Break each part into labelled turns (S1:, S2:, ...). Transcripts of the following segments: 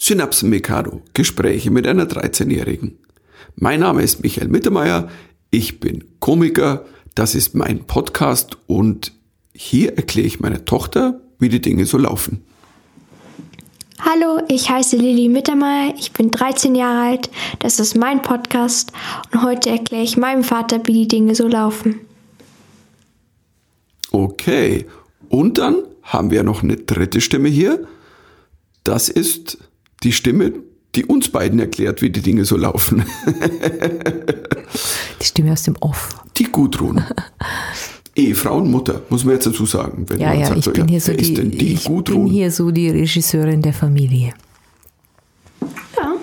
S1: Synapsen Mikado, Gespräche mit einer 13-Jährigen. Mein Name ist Michael Mittermeier, ich bin Komiker, das ist mein Podcast und hier erkläre ich meiner Tochter, wie die Dinge so laufen.
S2: Hallo, ich heiße Lilly Mittermeier, ich bin 13 Jahre alt, das ist mein Podcast und heute erkläre ich meinem Vater, wie die Dinge so laufen.
S1: Okay, und dann haben wir noch eine dritte Stimme hier. Das ist die Stimme, die uns beiden erklärt, wie die Dinge so laufen.
S3: Die Stimme aus dem Off.
S1: Die Gudrun. Ehefrau und Mutter, muss man jetzt dazu sagen. Wenn
S3: Ja,
S1: man
S3: ja,
S1: sagt,
S3: ich bin hier so
S1: wer ist
S3: die,
S1: denn die
S3: ich
S1: Gudrun?
S3: bin hier so die Regisseurin der Familie.
S2: Ja,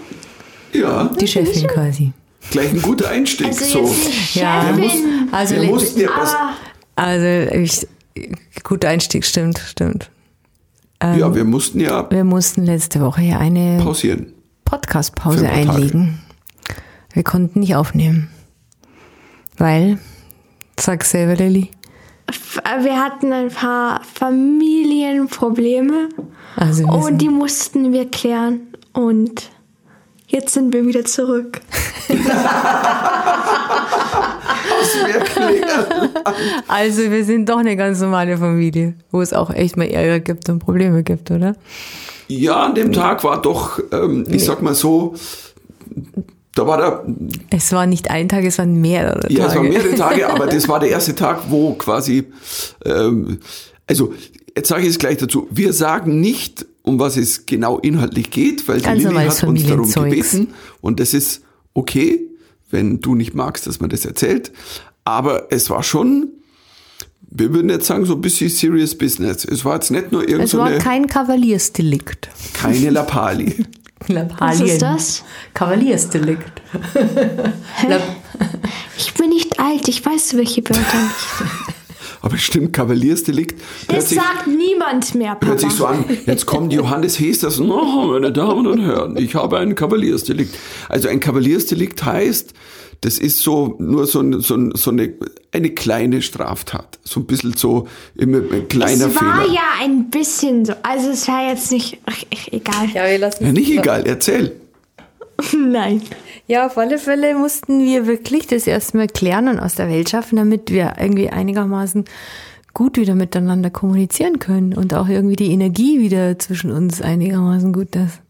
S1: Ja,
S3: Die Chefin quasi.
S1: gleich ein guter Einstieg.
S2: also
S1: so.
S2: jetzt nicht
S1: Wir
S3: Ja.
S2: Chefin.
S1: mussten-
S3: Also
S1: wir
S3: le-
S1: mussten ja was,
S3: Also ich, guter Einstieg, stimmt, stimmt.
S1: ja, wir mussten ja
S3: Wir mussten letzte Woche ja eine
S1: pausieren. Für
S3: Podcast-Pause
S1: ein paar Tage.
S3: einlegen. Wir konnten nicht aufnehmen. Weil, sag selber, Lilly.
S2: F- äh, Wir hatten ein paar Familienprobleme
S3: Also wir
S2: und
S3: sind,
S2: die mussten wir klären und jetzt sind wir wieder zurück.
S3: also wir sind doch eine ganz normale Familie, wo es auch echt mal Ärger gibt und Probleme gibt, oder?
S1: Ja, an dem Tag war doch, ähm, ich sag mal so, da war der,
S3: Es war nicht ein Tag, es waren mehrere
S1: ja, es
S3: Tage.
S1: waren mehrere Tage, aber das war der erste Tag, wo quasi, ähm, also jetzt sage ich es gleich dazu, wir sagen nicht, um was es genau inhaltlich geht, weil die
S3: Ganz
S1: Lilly
S3: normales
S1: hat uns darum
S3: Familienzeugs.
S1: gebeten und das ist okay, wenn du nicht magst, dass man das erzählt, aber es war schon, wir würden jetzt sagen, so ein bisschen serious business. Es war jetzt nicht nur
S3: Es
S1: irgendeine,
S3: war Also kein Kavaliersdelikt.
S1: keine Lapali.
S2: Was ist das?
S3: Kavaliersdelikt.
S2: Ich bin nicht alt, ich weiß welche Wörter nicht.
S1: Aber stimmt, Kavaliersdelikt. hört
S2: Das
S1: sich-
S2: sagt niemand mehr, Papa.
S1: Hört sich so an, jetzt kommt Johannes Hesters, oh, meine Damen und Herren, ich habe ein Kavaliersdelikt. Also ein Kavaliersdelikt heißt, das ist so nur so, ein- so, ein- so eine, eine kleine Straftat. So ein bisschen so immer ein
S2: es
S1: kleiner
S2: war
S1: Fehler.
S2: ja ein bisschen so. Also es war jetzt nicht. Ach, ach, egal.
S3: Ja, wir lassen
S1: Ja, nicht egal, erzähl.
S2: Nein.
S3: Ja, auf alle Fälle mussten wir wirklich das erstmal klären und aus der Welt schaffen, damit wir irgendwie einigermaßen gut wieder miteinander kommunizieren können und auch irgendwie die Energie wieder zwischen uns einigermaßen gut ist.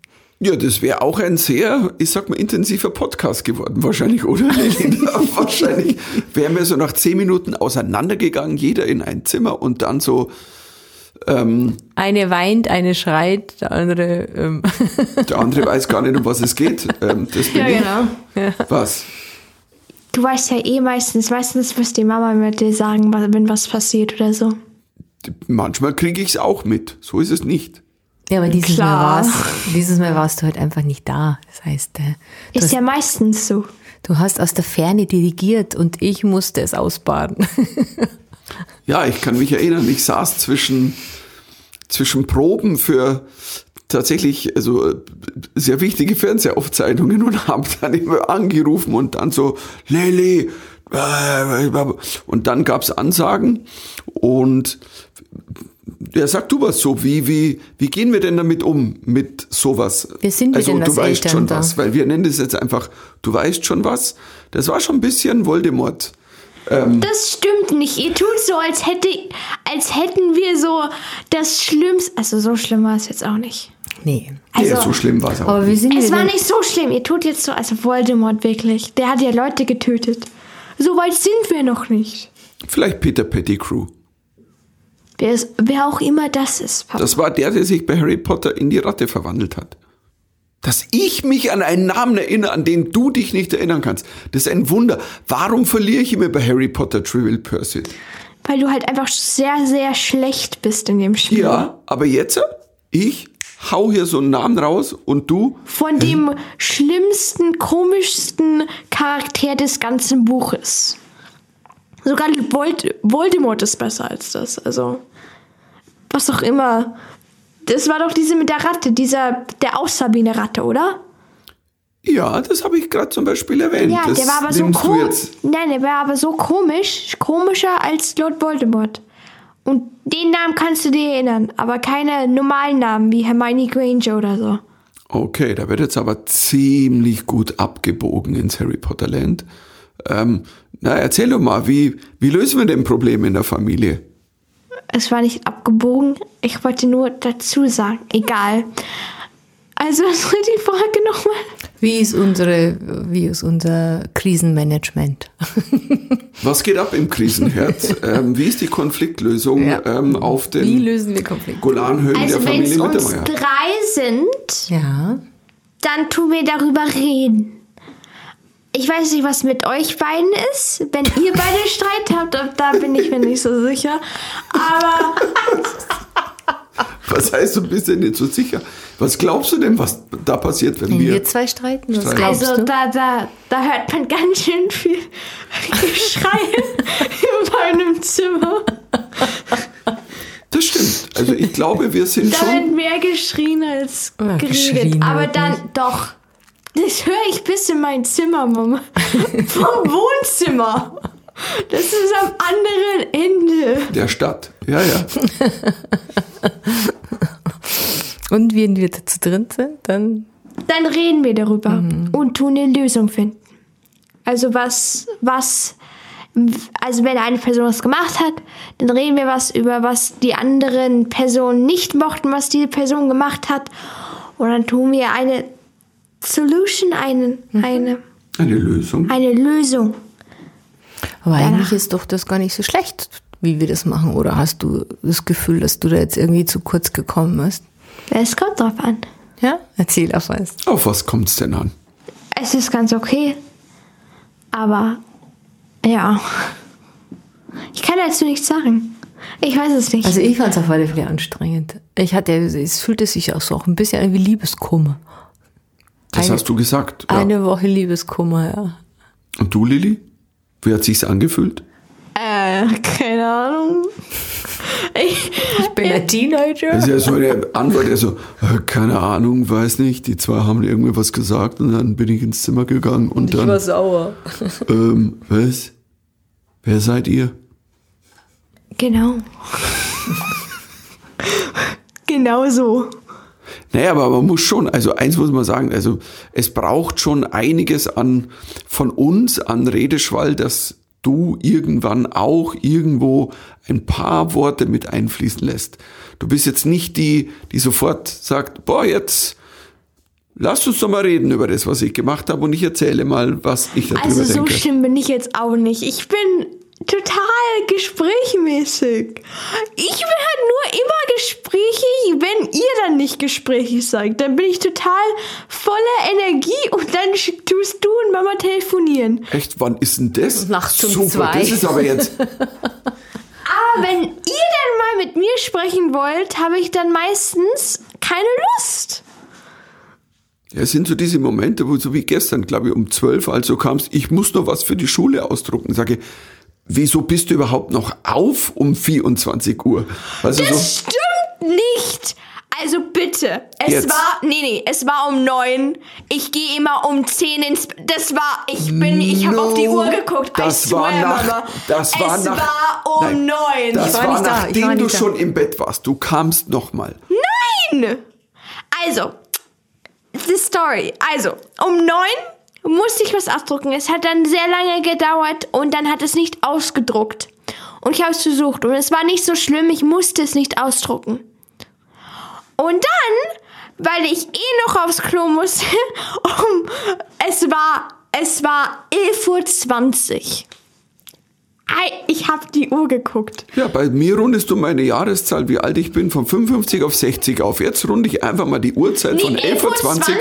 S1: Ja, das wäre auch ein sehr, ich sag mal, intensiver Podcast geworden, wahrscheinlich, oder? Lilly? wahrscheinlich wären wir so nach zehn Minuten auseinandergegangen, jeder in ein Zimmer und dann so,
S3: Eine weint, eine schreit, der andere. Ähm,
S1: der andere weiß gar nicht, um was es geht. Ähm, das bin ich.
S2: genau.
S1: Was?
S2: Du weißt ja eh meistens, meistens muss die Mama mir dir sagen, was- wenn was passiert oder so.
S1: Manchmal kriege ich es auch mit. So ist es nicht.
S3: ja, aber dieses
S2: Klar.
S3: Mal, warst, dieses Mal warst du halt einfach nicht da. Das heißt, äh, du,
S2: Ist
S3: hast,
S2: ja meistens so.
S3: du hast aus der Ferne dirigiert und ich musste es ausbaden.
S1: Ja, ich kann mich erinnern, ich saß zwischen, zwischen Proben für tatsächlich also äh, sehr wichtige Fernsehaufzeichnungen und habe dann immer angerufen und dann so, Lilly, äh, und dann gab's Ansagen und ja, sag du was so, wie, wie, wie gehen wir denn damit um, mit sowas?
S3: Wie sind wir
S1: also,
S3: denn
S1: du
S3: als
S1: weißt
S3: Eltern
S1: schon
S3: da?
S1: was, weil wir nennen das jetzt einfach, du weißt schon was. Das war schon ein bisschen Voldemort. Hm.
S2: Das stimmt nicht. Ihr tut so, als, hätte, als hätten wir so das Schlimmste. Also so schlimm war es jetzt auch nicht.
S3: nee.
S2: Also,
S1: ja, so schlimm war's auch.
S3: Aber wie sind wir
S2: es war
S3: denn?
S2: nicht so schlimm. Ihr tut jetzt so, also Voldemort wirklich. Der hat ja Leute getötet. So weit sind wir noch nicht.
S1: Vielleicht Peter Pettigrew.
S2: Wer, ist, wer auch immer das ist, Papa.
S1: Das war der, der sich bei Harry Potter in die Ratte verwandelt hat. Dass ich mich an einen Namen erinnere, an den du dich nicht erinnern kannst. Das ist ein Wunder. Warum verliere ich immer bei Harry Potter Trivial Pursuit?
S2: Weil du halt einfach sehr, sehr schlecht bist in dem Spiel.
S1: Ja, aber jetzt, ich hau hier so einen Namen raus und du,
S2: Von dem schlimmsten, komischsten Charakter des ganzen Buches. Sogar Vold Voldemort ist besser als das. Also, was auch immer. Das war doch diese mit der Ratte, dieser, der aussah wie eine Ratte, oder?
S1: ja, das habe ich gerade zum Beispiel erwähnt.
S2: Ja,
S1: Äh, das
S2: der war aber so
S1: nimmst du
S2: komisch.
S1: jetzt.
S2: Nein, der war aber so komisch, komischer als Lord Voldemort. Und den Namen kannst du dir erinnern, aber keine normalen Namen wie Hermione Granger oder so.
S1: Okay, da wird jetzt aber ziemlich gut abgebogen ins Harry Potter Land. Ähm, na, erzähl doch mal, wie, wie lösen wir denn Probleme in der Familie?
S2: Es war nicht abgebogen. Ich wollte nur dazu sagen. Egal. Also, was war die Frage nochmal?
S3: Wie ist unsere, wie ist unser Krisenmanagement?
S1: Was geht ab im Krisenherd? ähm, wie ist die Konfliktlösung
S3: Ja.
S1: ähm, auf
S3: Wie
S1: den
S3: lösen wir Konflikte?
S1: Golanhöhen
S2: Also,
S1: der
S2: wenn es
S1: Familie
S2: uns
S1: Mittermeier?
S2: drei sind,
S3: Ja.
S2: dann tun wir darüber reden. Ich weiß nicht, was mit euch beiden ist. Wenn ihr beide Streit habt, ob- da bin ich mir nicht so sicher. Aber
S1: Was heißt, du bist dir nicht so sicher? Was glaubst du denn, was da passiert, wenn
S3: Wenn wir
S1: wir...
S3: zwei streiten, was
S1: Streiten.
S3: glaubst
S2: also
S3: du?
S2: da, da, da hört man ganz schön viel Geschrei in meinem Zimmer.
S1: Das stimmt. Also ich glaube, wir sind
S2: Da
S1: schon...
S2: wird mehr geschrien als
S3: Ja,
S2: geredet.
S3: geschrien
S2: Aber
S3: wird
S2: dann
S3: nicht.
S2: doch. Das höre ich bis in mein Zimmer, Mama. Vom Wohnzimmer. Das ist am anderen Ende.
S1: Der Stadt. Ja, ja.
S3: Und wenn wir zu dritt sind, dann
S2: Dann reden wir darüber
S3: Mhm.
S2: und tun eine Lösung finden. Also was, was, also wenn eine Person was gemacht hat, dann reden wir was über, was die anderen Personen nicht mochten, was diese Person gemacht hat. Und dann tun wir eine Solution, einen,
S3: Mhm.
S2: eine,
S1: Eine Lösung.
S2: eine Lösung.
S3: Aber eigentlich ist doch das gar nicht so schlecht, wie wir das machen. Oder hast du das Gefühl, dass du da jetzt irgendwie zu kurz gekommen bist?
S2: Es kommt drauf an.
S3: Ja? Erzähl auf was.
S1: Auf was kommt's denn an?
S2: Es ist ganz okay. Aber ja. Ich kann dazu nichts sagen. Ich weiß es nicht.
S3: Also ich fand es auf alle Fälle anstrengend. Ich hatte, es fühlte sich auch so auch ein bisschen an wie Liebeskummer.
S1: Das
S3: Eine-
S1: hast du gesagt. Ja.
S3: Eine Woche Liebeskummer, ja.
S1: Und du, Lilly? Wie hat sich's angefühlt?
S2: Äh, keine Ahnung. Ich,
S3: Ich bin ein Teenager.
S1: Das ist ja so eine Antwort, also, äh, keine Ahnung, weiß nicht. Die zwei haben irgendwie was gesagt und dann bin ich ins Zimmer gegangen und
S3: Ich war
S1: dann,
S3: sauer.
S1: ähm, was? Wer seid ihr?
S2: genau. genau so.
S1: Naja, aber man muss schon, also eins muss man sagen, also es braucht schon einiges an von uns an Redeschwall, dass du irgendwann auch irgendwo ein paar Worte mit einfließen lässt. Du bist jetzt nicht die, die sofort sagt, boah, jetzt lasst uns doch mal reden über das, was ich gemacht habe und ich erzähle mal, was ich darüber
S2: Also so
S1: denke.
S2: schlimm bin ich jetzt auch nicht. Ich bin total gesprächmäßig. Ich bin halt nur immer gesprächig, wenn ihr dann nicht gesprächig seid. Dann bin ich total voller Energie und dann sch- tust du und Mama telefonieren.
S1: Echt, wann ist denn das?
S3: Nachts um
S1: Super,
S3: zwei.
S1: das ist aber jetzt,
S2: Aber Ah, wenn ihr dann mal mit mir sprechen wollt, habe ich dann meistens keine Lust.
S1: Ja, es sind so diese Momente, wo so wie gestern, glaube ich, um zwölf, als du kamst, ich muss noch was für die Schule ausdrucken, sage, wieso bist du überhaupt noch auf um 24 Uhr? Also so,
S2: Das stimmt nicht. Also bitte. Es
S1: Jetzt.
S2: war, nee, nee, es war um neun. Ich gehe immer um zehn ins, das war, ich bin, ich habe auf die
S1: No,
S2: Uhr geguckt. I
S1: das
S2: swear,
S1: war nach,
S2: Mama.
S1: das war
S2: es
S1: nach,
S2: war um
S1: nein,
S2: neun.
S1: Das
S3: war
S1: war,
S3: nicht da, ich
S1: nachdem
S3: war nicht
S1: du
S3: da.
S1: schon im Bett warst. Du kamst nochmal.
S2: Nein! Also, the story. Also, um neun musste ich was abdrucken. Es hat dann sehr lange gedauert und dann hat es nicht ausgedruckt. Und ich habe es versucht und es war nicht so schlimm, ich musste es nicht ausdrucken. Und dann, weil ich eh noch aufs Klo musste, um, es war, es war 11.20 Uhr. Ei, Ich habe die Uhr geguckt.
S1: Ja, bei mir rundest du meine Jahreszahl, wie alt ich bin, von 55 auf 60 auf. Jetzt runde ich einfach mal die Uhrzeit von 11.20 Uhr
S2: 11.20 11.20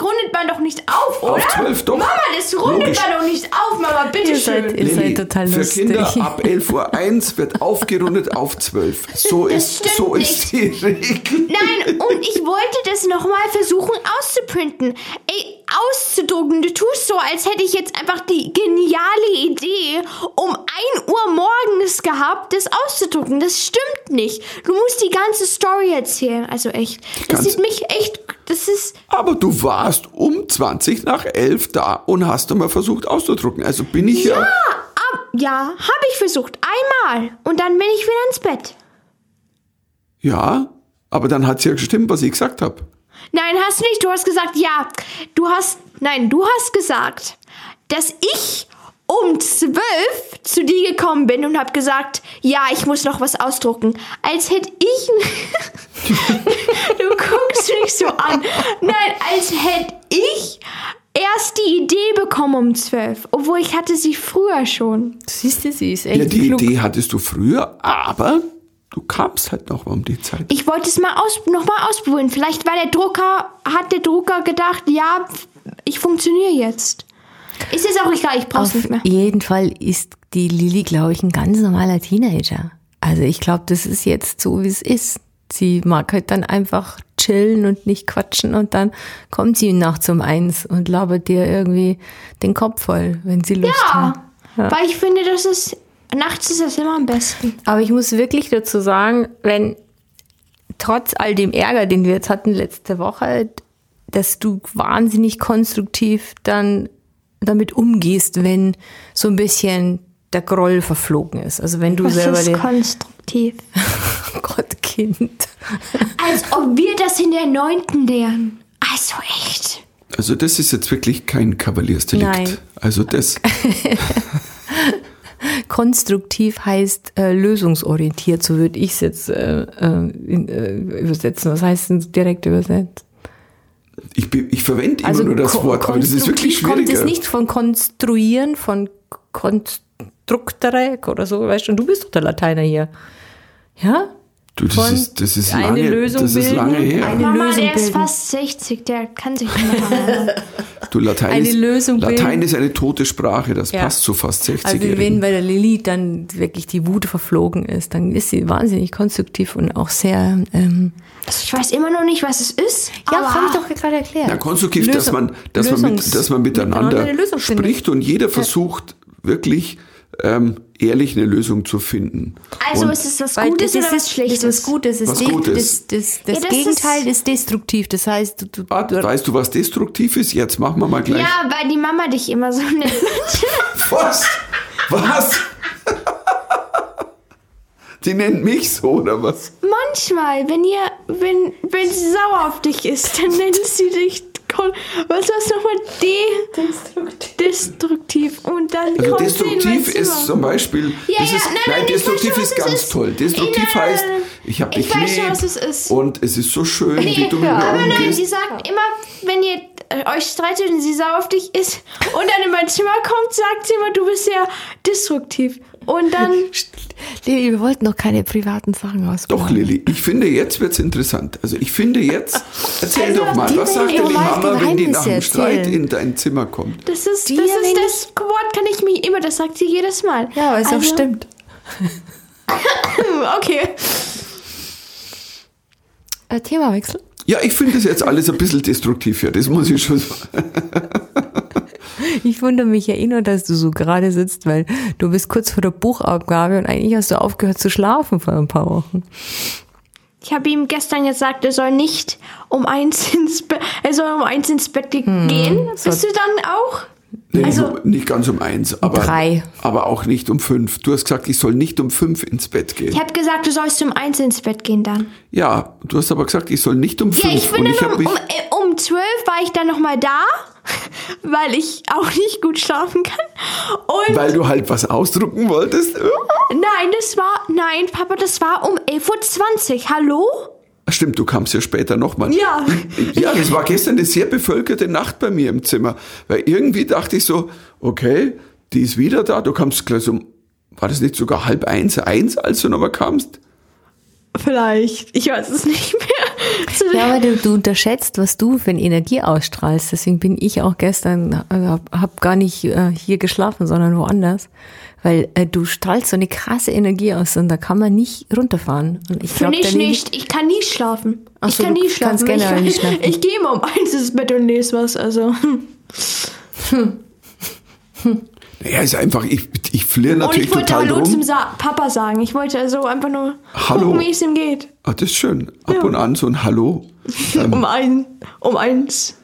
S2: rundet man doch nicht auf, oder?
S1: Auf 12 doch.
S2: Mama, das rundet
S1: Logisch.
S2: man doch nicht auf, Mama,
S3: Ihr
S2: bitteschön.
S3: seid, ihr
S1: Lilly,
S3: seid halt total
S1: für
S3: lustig.
S1: Kinder ab 11.01 Uhr wird aufgerundet auf 12. So
S2: Das
S1: ist,
S2: stimmt
S1: so ist die Regel.
S2: Nein, und ich wollte das nochmal versuchen auszuprinten. Ey, auszudrucken. Du tust so, als hätte ich jetzt einfach die geniale Idee um 1 Uhr morgens gehabt, das auszudrucken. Das stimmt nicht. Du musst die ganze Story erzählen. Also echt. Das
S1: ganze-
S2: sieht mich echt. Das ist.
S1: Aber du warst um 20 nach 11 da und hast immer versucht auszudrucken. Also bin ich ja.
S2: Ah, ah, ja, habe ich versucht. Einmal. Und dann bin ich wieder ins Bett.
S1: Ja, aber dann hat es ja gestimmt, was ich gesagt habe.
S2: Nein, hast du nicht. Du hast gesagt, ja. Du hast, nein, du hast gesagt, dass ich um zwölf zu dir gekommen bin und habe gesagt, ja, ich muss noch was ausdrucken. Als hätte ich... du guckst mich so an. Nein, als hätte ich erst die Idee bekommen um zwölf. Obwohl ich hatte sie früher schon.
S3: Siehst du, sie ist echt
S1: Ja, die
S3: klug.
S1: Idee hattest du früher, aber du kamst halt noch mal um die Zeit.
S2: Ich wollte es mal aus, nochmal ausprobieren. Vielleicht war der Drucker, hat der Drucker gedacht, ja, ich funktioniere jetzt. Ist jetzt auch egal, ich brauch's
S3: Auf
S2: nicht mehr.
S3: jeden Fall ist die Lilly, glaube ich, ein ganz normaler Teenager. Also ich glaube, das ist jetzt so, wie es ist. Sie mag halt dann einfach chillen und nicht quatschen und dann kommt sie nachts um eins und labert dir irgendwie den Kopf voll, wenn sie Lust
S2: Ja,
S3: hat.
S2: weil ich finde, das ist, nachts ist das immer am besten.
S3: Aber ich muss wirklich dazu sagen, wenn trotz all dem Ärger, den wir jetzt hatten letzte Woche, dass du wahnsinnig konstruktiv dann damit umgehst, wenn so ein bisschen der Groll verflogen ist. Also wenn du
S2: Das
S3: selber
S2: ist
S3: den
S2: konstruktiv.
S3: oh Gott Kind.
S2: Als ob wir das in der neunten lernen. Also echt.
S1: Also das ist jetzt wirklich kein Kavaliersdelikt.
S3: Nein.
S1: Also das,
S3: Konstruktiv heißt äh, lösungsorientiert, so würde ich es jetzt äh, äh, in, äh, übersetzen. Was heißt denn direkt übersetzt?
S1: ich, be- ich verwende immer nur das
S3: Also ko-
S1: Wort, aber das ist wirklich
S3: konstruktiv kommt es
S1: schwieriger.
S3: nicht von konstruieren, von konstruktere oder so, weißt du? Und du bist doch der Lateiner hier. Ja?
S1: Du, das
S3: von
S1: ist, das ist
S3: eine
S1: lange,
S3: Lösung
S1: das ist
S3: bilden,
S1: lange her.
S3: eine-
S2: Mama,
S3: Lösung
S2: der ist
S3: bilden.
S2: fast 60, der kann sich nicht mehr daran erinnern.
S1: Du, Latein,
S3: eine
S1: ist,
S3: Lösung
S1: Latein
S3: bilden.
S1: ist eine tote Sprache, das
S3: Ja.
S1: passt zu fast
S3: Also
S1: 60-Jährigen.
S3: wenn bei der Lilly dann wirklich die Wut verflogen ist, dann ist sie wahnsinnig konstruktiv und auch sehr... Ähm,
S2: Also ich weiß immer noch nicht, was es ist. aber
S3: gerade erklärt.
S1: Ja, konstruktiv, dass
S3: Lösung-
S1: man, dass man,
S3: Lösungs-
S1: mit, dass man miteinander
S3: eine Lösung findet.
S1: spricht und jeder versucht wirklich ähm, ehrlich eine Lösung zu finden.
S2: Also
S1: und
S2: ist es was
S3: Weil
S2: Gutes
S3: das
S2: oder was Schlechtes?
S3: Das ist was Gutes. Das,
S1: Was
S3: De-
S1: Gutes.
S3: Das, das, das
S2: Ja, das
S3: Gegenteil ist,
S2: ist-
S3: destruktiv. Das heißt, du, du,
S1: Ah,
S3: du
S1: weißt du, was destruktiv ist? Jetzt machen wir mal gleich.
S2: Ja, weil die Mama dich immer so nennt.
S1: Was? Was? Die nennt mich so, oder was?
S2: Manchmal, wenn ihr, wenn, wenn sie sauer auf dich ist, dann nennt sie dich, kon- was war's nochmal, de destruktiv. Und dann
S1: Also
S2: kommt sie in mein
S1: destruktiv
S2: Zimmer.
S1: ist zum Beispiel.
S2: Ja,
S1: das
S2: ja,
S1: ist,
S2: nein, nein, ich weiß
S1: destruktiv
S2: schon,
S1: ist
S2: was es
S1: ganz
S2: ist.
S1: toll. Destruktiv
S2: Nein, nein,
S1: heißt,
S2: nein, nein.
S1: ich habe
S2: Ich
S1: dich
S2: weiß schon,
S1: lieb
S2: was es ist.
S1: und es ist so schön, wie
S2: Nee,
S1: du mit mir
S2: aber nein,
S1: umgehst.
S2: sie sagt immer, wenn ihr äh, euch streitet und sie sauer auf dich ist und dann in mein Zimmer kommt, sagt sie immer, du bist ja destruktiv. Und dann,
S3: Lilly, wir wollten noch keine privaten Sachen ausprobieren.
S1: Doch, Lilly, ich finde, jetzt wird's interessant. Also ich finde jetzt, erzähl
S2: Also
S1: doch mal,
S3: die
S1: was
S3: will
S1: sagt denn
S3: ihre
S1: die Mama, wenn die nach
S3: Geheimnisse
S1: dem Streit
S3: erzählen.
S1: in dein Zimmer kommt?
S2: das ist,
S3: Die
S2: das
S3: erwähnen-
S2: ist das Wort, kann ich mich immer, das sagt sie jedes Mal.
S3: Ja, aber es auch
S2: Also- hm,
S3: stimmt.
S2: Okay.
S3: Äh, Themawechsel.
S1: Ja, ich finde das jetzt alles ein bisschen destruktiv, ja, das muss ich schon sagen.
S3: Ich wundere mich ja eh nur, dass du so gerade sitzt, weil du bist kurz vor der Buchabgabe und eigentlich hast du aufgehört zu schlafen vor ein paar Wochen.
S2: Ich habe ihm gestern gesagt, er soll nicht um eins ins Bett, er soll um eins ins Bett ge- gehen. Bist du dann auch?
S1: Hm, Nee,
S2: Also-
S1: nicht, um, nicht ganz um eins, aber,
S3: Drei.
S1: aber auch nicht um fünf. Du hast gesagt, ich soll nicht um fünf ins Bett gehen.
S2: Ich habe gesagt, du sollst um eins ins Bett gehen dann.
S1: Ja, du hast aber gesagt, ich soll nicht um
S2: Ja,
S1: fünf.
S2: ich bin
S1: und ich
S2: dann
S1: habe
S2: um,
S1: mich,
S2: um, äh, um zwölf war ich dann nochmal da, weil ich auch nicht gut schlafen kann. Und
S1: weil du halt was ausdrucken wolltest.
S2: nein, das war, nein, Papa, das war um 11.20 Uhr. Hallo?
S1: Ah, Stimmt, du kamst ja später nochmal.
S2: Ja.
S1: Ja, das war gestern eine sehr bevölkerte Nacht bei mir im Zimmer. Weil irgendwie dachte ich so, okay, die ist wieder da. Du kamst gleich um, war das nicht sogar halb eins, eins, als du nochmal kamst?
S2: Vielleicht. Ich weiß es nicht mehr. Zu
S3: Ja, aber du, du unterschätzt, was du für eine Energie ausstrahlst. Deswegen bin ich auch gestern, also hab, hab gar nicht äh, hier geschlafen, sondern woanders. Weil äh, du strahlst so eine krasse Energie aus und da kann man nicht runterfahren. Und ich
S2: Für
S3: glaub,
S2: mich
S3: der Lilly-
S2: nicht. Ich kann nie schlafen.
S3: Ach
S2: ich
S3: so,
S2: kann
S3: du
S2: nie
S3: kannst
S2: schlafen. ich,
S3: generell nicht schlafen.
S2: ich gehe immer um eins ins Bett und lese was. Also.
S1: Naja, ist einfach, ich, ich flirre
S2: Und
S1: natürlich
S2: Oh, ich wollte
S1: total
S2: Hallo
S1: rum.
S2: zum Sa Papa sagen. Ich wollte also einfach nur
S1: Hallo.
S2: gucken, wie es ihm geht.
S1: Ah, das ist schön. Ab und an so ein Hallo.
S2: Um ein, um eins.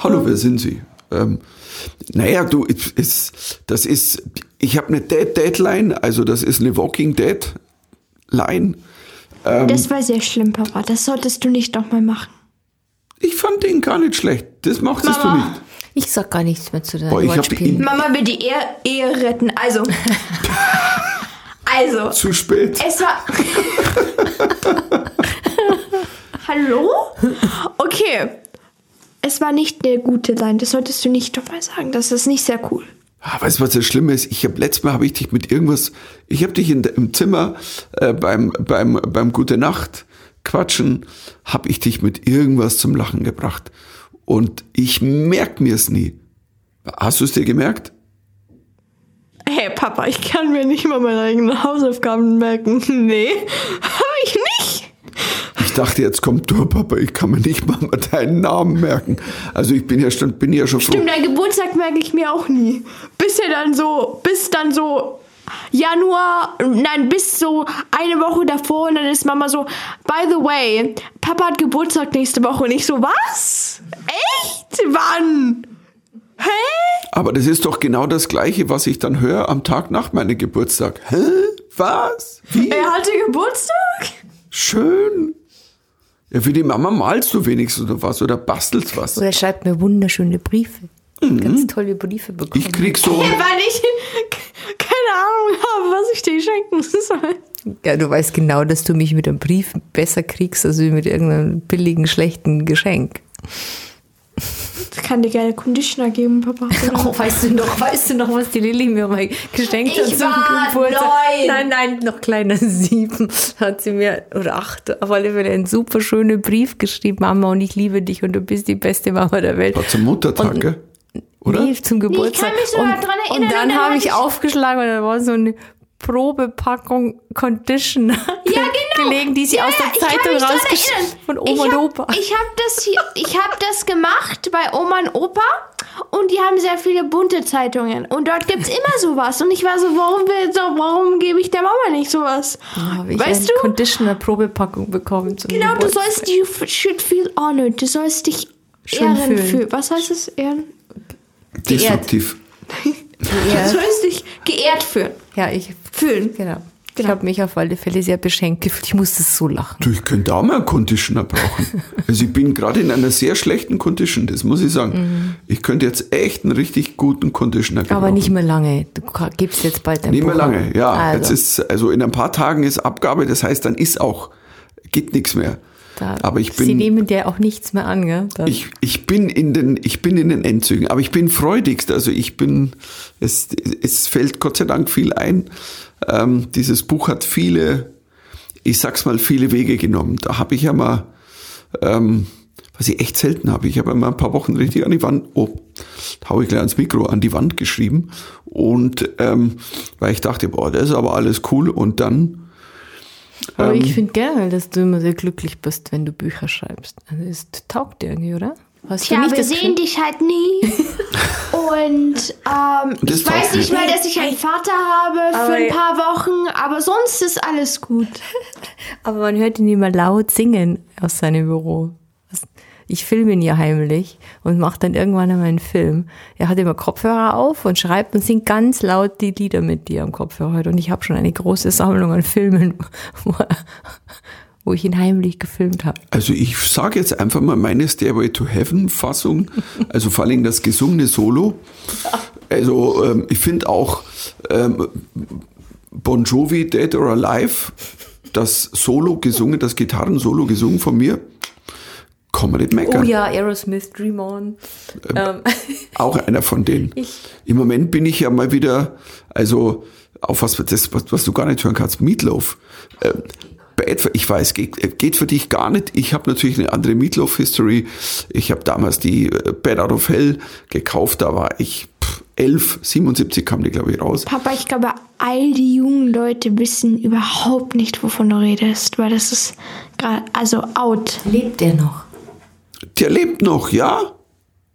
S1: Hallo, wer sind Sie? Ähm, naja, du, ich- ist, das ist, ich habe eine Dead Deadline, also das ist eine Walking Dead Line. Ähm.
S2: Das war sehr schlimm, Papa. Das solltest du nicht nochmal machen.
S1: Ich fand den gar nicht schlecht. Das machtest du
S2: Mama.
S1: nicht.
S3: Ich sag gar nichts mehr zu deinen
S1: Boah, ich hab ihn-
S3: Wortspielen.
S2: Mama will die Ehe, Ehe retten. Also. also.
S1: Zu spät.
S2: Es war. Hallo? Okay. Es war nicht der Gute sein. Das solltest du nicht nochmal sagen. Das ist nicht sehr cool.
S1: Ah, weißt du, was das Schlimme ist? Ich habe letztes Mal habe ich dich mit irgendwas, ich habe dich in, de- im Zimmer äh, beim beim beim Gute Nacht quatschen, habe ich dich mit irgendwas zum Lachen gebracht und ich merk mir es nie. Hast du es dir gemerkt?
S2: Hey Papa, ich kann mir nicht mal meine eigenen Hausaufgaben merken. Nee, habe ich nicht.
S1: Ich dachte, jetzt kommt du, Papa, ich kann mir nicht mal deinen Namen merken. Also ich bin ja schon bin ja schon froh.
S2: Stimmt, dein Geburtstag merke ich mir auch nie. Bis ja dann so, bis dann so Januar, nein, bis so eine Woche davor und dann ist Mama so, by the way, Papa hat Geburtstag nächste Woche und ich so, was? Echt? Wann? Hä?
S1: Aber das ist doch genau das Gleiche, was ich dann höre am Tag nach meinem Geburtstag. Hä? Was? Wie?
S2: Er hatte Geburtstag?
S1: Schön. Ja, für die Mama malst du wenigstens oder was oder bastelst was.
S3: Oder schreibt mir wunderschöne Briefe. Ganz tolle Briefe bekommen.
S1: Mhm. Ich krieg so.
S2: Weil ich keine Ahnung habe, was ich dir schenken soll.
S3: Ja, du weißt genau, dass du mich mit einem Brief besser kriegst, als mit irgendeinem billigen, schlechten Geschenk.
S2: Ich kann dir gerne Conditioner geben, Papa.
S3: Oh, weißt du noch, weißt du noch, was die Lilly mir mal geschenkt hat
S2: Ich war neun.
S3: Nein, nein, noch kleiner sieben hat sie mir, oder acht, auf alle Fälle einen super schönen Brief geschrieben, Mama, und ich liebe dich und du bist die beste Mama der Welt.
S1: War zum Muttertag, gell? Oder?
S3: Nee, zum Geburtstag.
S2: mich sogar dran erinnern,
S3: und
S2: da
S3: dann
S2: hatte
S3: habe ich
S2: ich-
S3: aufgeschlagen und da war so eine Probepackung Conditioner
S2: Ja, genau.
S3: gelegen, die sie
S2: Ja,
S3: aus
S2: ja,
S3: der
S2: ich kann
S3: Zeitung
S2: mich dran
S3: rausgeschrieben
S2: erinnern.
S3: von Oma
S2: ich
S3: und
S2: hab,
S3: Opa.
S2: Ich habe das, hier- ich hab das gemacht bei Oma und Opa und die haben sehr viele bunte Zeitungen. Und dort gibt es immer sowas. Und ich war so, warum, will, so, warum gebe ich der Mama nicht sowas?
S3: habe ich
S2: weißt
S3: eine
S2: du?
S3: Conditioner-Probepackung bekommen. Zum
S2: Genau, du
S3: Geburtstag.
S2: sollst you f- should feel honored. Du sollst dich
S3: Schön
S2: ehren
S3: fühlen.
S2: fühlen. Was heißt es? Ehren?
S1: Disruptiv.
S2: Du sollst dich geehrt fühlen.
S3: Ja, ich,
S2: Fühlen.
S3: genau. Ich habe mich auf alle Fälle sehr beschenkt gefühlt. Ich musste so lachen.
S1: Du, ich könnte auch mal einen Conditioner brauchen. Also ich bin gerade in einer sehr schlechten Condition, das muss ich sagen. Ich könnte jetzt echt einen richtig guten Conditioner gebrauchen.
S3: Mhm.
S2: Genau.
S3: Aber nicht mehr lange. Du ka- gibst jetzt bald dein
S1: Nicht mehr
S3: Buch ab.
S1: lange, ja.
S3: Also,
S1: Jetzt ist, also in ein paar Tagen ist Abgabe, das heißt, dann ist auch, geht nichts mehr.
S3: da,
S1: Aber ich
S3: Sie
S1: bin,
S3: nehmen dir auch nichts mehr an, gell? Dann-
S1: Ich, ich, bin in den, ich bin in den Endzügen, aber ich bin freudigst. Also ich bin, es, es fällt Gott sei Dank viel ein. Ähm, dieses Buch hat viele, ich sag's mal, viele Wege genommen. Da habe ich ja mal, ähm, was ich echt selten habe, ich habe mal ein paar Wochen richtig an die Wand, oh, hau ich gleich ans Mikro, an die Wand geschrieben. Und ähm, weil ich dachte, boah, das ist aber alles cool. Und dann,
S3: Aber ich finde generell, dass du immer sehr glücklich bist, wenn du Bücher schreibst. Also es taugt dir irgendwie, oder? Hast
S2: Tja, wir sehen
S3: Gefühl-
S2: dich halt nie. Und ähm,
S1: Das
S2: ich
S1: taugt
S2: weiß nicht
S1: mir.
S2: mal, dass ich einen Vater habe für
S3: Aber-
S2: ein paar Wochen, aber sonst ist alles gut.
S3: Aber man hört ihn immer laut singen aus seinem Büro. Was- Ich filme ihn ja heimlich und mache dann irgendwann einmal einen Film. Er hat immer Kopfhörer auf und schreibt und singt ganz laut die Lieder mit, die er am Kopfhörer hat. Und ich habe schon eine große Sammlung an Filmen, wo, er- wo ich ihn heimlich gefilmt habe.
S1: Also ich sage jetzt einfach mal meine Stairway to Heaven Fassung, also vor allem das gesungene Solo. Also ähm, ich finde auch ähm, Bon Jovi Dead or Alive, das Solo gesungen, das Gitarrensolo gesungen von mir, kann man nicht meckern.
S3: Oh ja, Aerosmith, Dream On. Ähm,
S1: Auch einer von denen. Im Moment bin ich ja mal wieder, also auf was das, was, was du gar nicht hören kannst, Meatloaf. Äh, Bad for, ich weiß, geht, geht für dich gar nicht. Ich habe natürlich eine andere Meatloaf-History. Ich habe damals die äh, Bad Out of Hell gekauft, da war ich pff, 11, 77 kam die, glaube ich, raus.
S2: Papa, ich glaube, all die jungen Leute wissen überhaupt nicht, wovon du redest, weil das ist gerade, also out.
S3: lebt er noch?
S1: Der lebt noch, ja?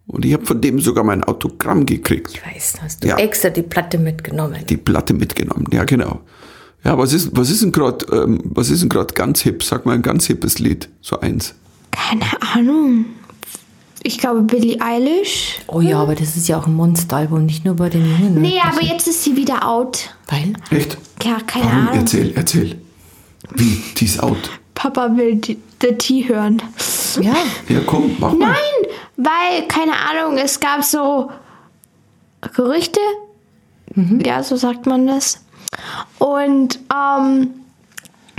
S1: Und ich habe von dem sogar mein Autogramm gekriegt.
S3: Weiß, hast du
S1: Ja.
S3: extra die Platte mitgenommen?
S1: Die Platte mitgenommen, ja genau. Ja, was ist, was ist denn gerade, ähm, was ist denn gerade ganz hip? Sag mal ein ganz hippes Lied, so eins.
S2: Keine Ahnung. Ich glaube, Billie Eilish.
S3: Oh ja, aber das ist ja auch ein Monsteralbum, nicht nur bei den Jungen. ne?
S2: Nee, aber jetzt ist sie wieder out.
S3: Weil?
S1: Echt?
S2: Ja, keine
S1: Warum?
S2: Ahnung.
S1: Erzähl, erzähl. Wie? Die ist out.
S2: Papa will die, The Tea hören.
S3: Ja.
S1: Ja, komm, mach mal.
S2: Nein, weil, keine Ahnung, es gab so Gerüchte.
S1: Mhm.
S2: Ja, so sagt man das. Und, ähm,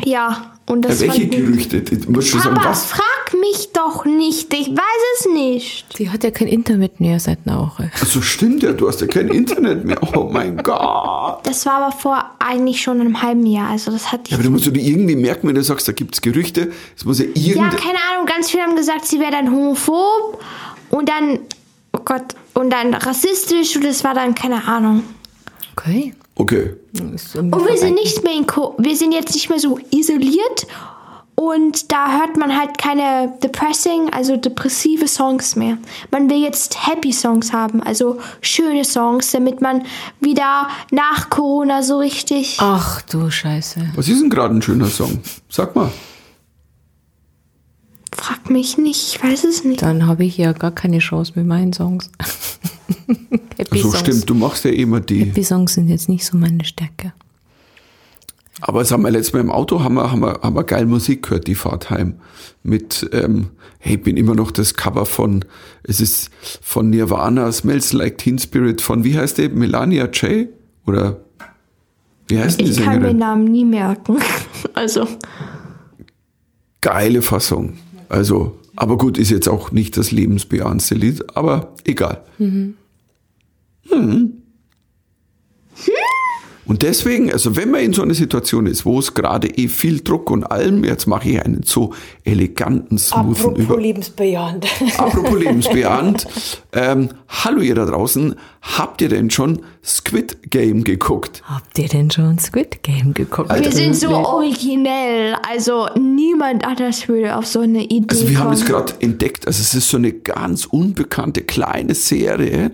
S2: ja, und das
S1: Ja, welche
S2: fanden-
S1: Gerüchte? Du musst schon sagen,
S2: Papa,
S1: was?
S2: frag mich doch nicht. Ich weiß es nicht.
S3: Sie hat ja kein Internet mehr seit einer Woche.
S1: Also stimmt ja, du hast ja kein Internet mehr. Oh mein Gott.
S2: Das war aber vor eigentlich schon einem halben Jahr. Also das hatte
S1: Ja,
S2: ich.
S1: aber du musst du dir irgendwie merken, wenn du sagst, da gibt es Gerüchte. Es muss ja
S2: Ja,
S1: irgendein...
S2: keine Ahnung. Ganz viele haben gesagt, sie wäre dann homophob und dann, oh Gott, und dann rassistisch und das war dann keine Ahnung.
S3: Okay.
S1: okay.
S3: Ist
S2: Und Oh, wir sind nicht mehr in Ko wir sind jetzt nicht mehr so isoliert und da hört man halt keine depressing, also depressive Songs mehr. Man will jetzt happy Songs haben, also schöne Songs, damit man wieder nach Corona so richtig
S3: Ach du Scheiße.
S1: Was ist denn gerade ein schöner Song? Sag mal.
S2: frag mich nicht, ich weiß es nicht.
S3: Dann habe ich ja gar keine Chance mit meinen Songs. Happy
S1: Also
S3: Songs.
S1: stimmt, du machst ja immer die.
S3: Happy Songs sind jetzt nicht so meine Stärke.
S1: Aber das haben wir letztes Mal im Auto, haben wir, haben wir, haben wir geil Musik gehört, die Fahrt heim. Mit, ähm, hey, bin immer noch das Cover von, es ist von Nirvana, Smells Like Teen Spirit, von, wie heißt der, Melania J? Oder, wie heißt die
S2: Ich kann mir den
S1: Sängerin?
S2: Namen nie merken. Also,
S1: Geile Fassung. Also, aber gut, ist jetzt auch nicht das lebensbejahendste Lied, aber egal. Mhm. Und deswegen, also wenn man in so einer Situation ist, wo es gerade eh viel Druck und allem, jetzt mache ich einen so eleganten, smoothen Über.
S3: lebensbejahend.
S1: Apropos lebensbejahend, ähm, hallo ihr da draußen, habt ihr denn schon Squid Game geguckt?
S3: Habt ihr denn schon Squid Game geguckt?
S1: Alter.
S2: wir sind so originell. Also, niemand anders würde auf so eine Idee
S1: Also wir haben es
S2: kommen.
S1: gerade entdeckt, also es ist so eine ganz unbekannte kleine Serie.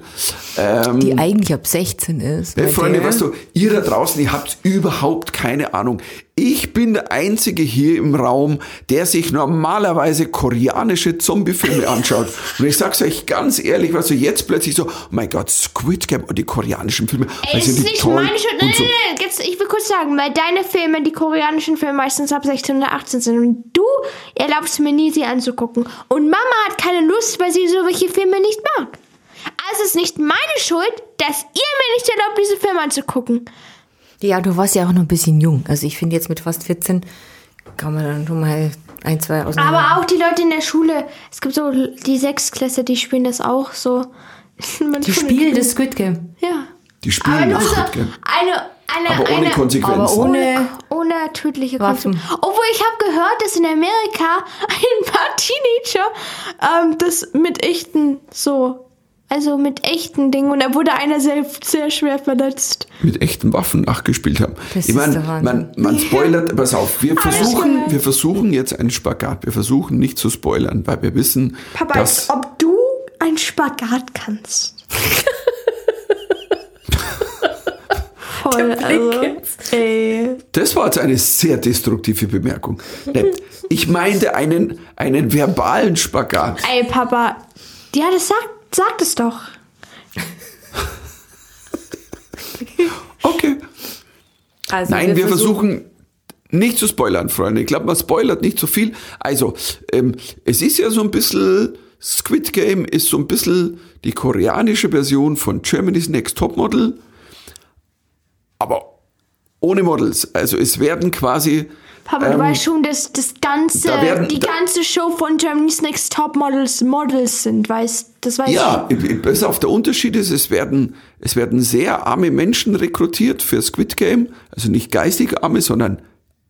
S1: Ähm,
S3: die eigentlich ab 16 ist.
S2: Äh,
S1: Hey,
S3: bei
S1: Freunde,
S3: der.
S1: weißt du, ihr da draußen, ihr habt überhaupt keine Ahnung. Ich bin der Einzige hier im Raum, der sich normalerweise koreanische Zombie-Filme anschaut. Und ich sag's euch ganz ehrlich, weißt du, jetzt plötzlich so, oh mein Gott, Squid Game und die koreanischen Filme,
S2: Ey,
S1: weil
S2: es
S1: sind
S2: ist
S1: die
S2: nicht
S1: toll
S2: meine Schuld. Nein,
S1: und so.
S2: nein, nein. Jetzt, ich will kurz sagen, weil deine Filme, die koreanischen Filme, meistens ab 16 oder 18 sind. Und du erlaubst mir nie, sie anzugucken. Und Mama hat keine Lust, weil sie solche Filme nicht mag. Also ist nicht meine Schuld, dass ihr mir nicht erlaubt, diese Filme anzugucken.
S3: Ja, du warst ja auch noch ein bisschen jung. Also ich finde jetzt mit fast 14 kann man dann schon mal ein, zwei aus.
S2: Aber auch die Leute in der Schule. Es gibt so die Sechsklässler, die spielen das auch so.
S3: die Spiel des Squid Game.
S2: Ja.
S1: Die
S2: Aber
S1: spielen
S2: nur
S1: das
S2: so
S1: Squid Game.
S2: eine, eine,
S1: Aber ohne
S2: eine,
S1: Konsequenzen.
S3: aber ohne-
S2: ohne tödliche
S3: Waffen.
S2: Konsequenzen. Obwohl ich habe gehört, dass in Amerika ein paar Teenager ähm, das mit echten so, also mit echten Dingen und da wurde einer sehr, sehr schwer verletzt.
S1: mit echten Waffen nachgespielt haben.
S3: Das
S1: ich
S3: ist
S1: meine,
S3: der
S1: man,
S3: Wahnsinn.
S1: man spoilert, pass auf, wir
S2: Alles
S1: versuchen,
S2: klar.
S1: wir versuchen jetzt einen Spagat. Wir versuchen nicht zu spoilern, weil wir wissen,
S2: Papa,
S1: dass
S2: als ob du ein Spagat kannst. Voll, also, ey.
S1: Das war jetzt eine sehr destruktive Bemerkung. Nein, Ich meinte einen, einen verbalen Spagat.
S2: ey, Papa, ja, das sagt, sagt es doch.
S1: Okay.
S3: Also
S1: Nein, wir versuchen nicht zu spoilern, Freunde. Ich glaube, man spoilert nicht so viel. Also, ähm, es ist ja so ein bisschen, Squid Game ist so ein bisschen die koreanische Version von Germany's Next Topmodel, aber ohne Models. Also es werden quasi
S2: Papa, du weißt schon, dass das ganze,
S1: Ähm, da werden-
S2: die
S1: da-
S2: ganze Show von Germany's Next Top Models Models sind, weißt das weiß
S1: Ja, pass auf, der Unterschied ist, es werden, es werden sehr arme Menschen rekrutiert für Squid Game. Also nicht geistig arme, sondern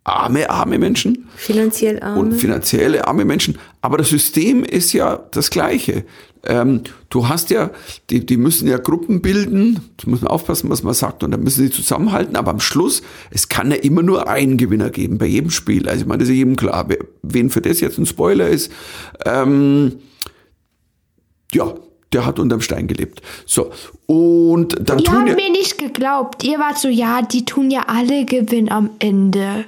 S1: arme, arme Menschen
S3: finanziell
S1: und
S3: arm.
S1: finanziell arme Menschen. Aber das System ist ja das gleiche. Ähm, du hast ja, die, die müssen ja Gruppen bilden, da muss man aufpassen, was man sagt, und dann müssen sie zusammenhalten. Aber am Schluss, es kann ja immer nur einen Gewinner geben bei jedem Spiel. Also ich meine, das ist jedem klar. Wer- Wen für das jetzt ein Spoiler ist, ähm, ja, der hat unterm Stein gelebt. So, und dann
S2: ich. Ihr
S1: tun
S2: habt
S1: ja...
S2: mir nicht geglaubt. Ihr wart so, ja, die tun ja alle Gewinn am Ende.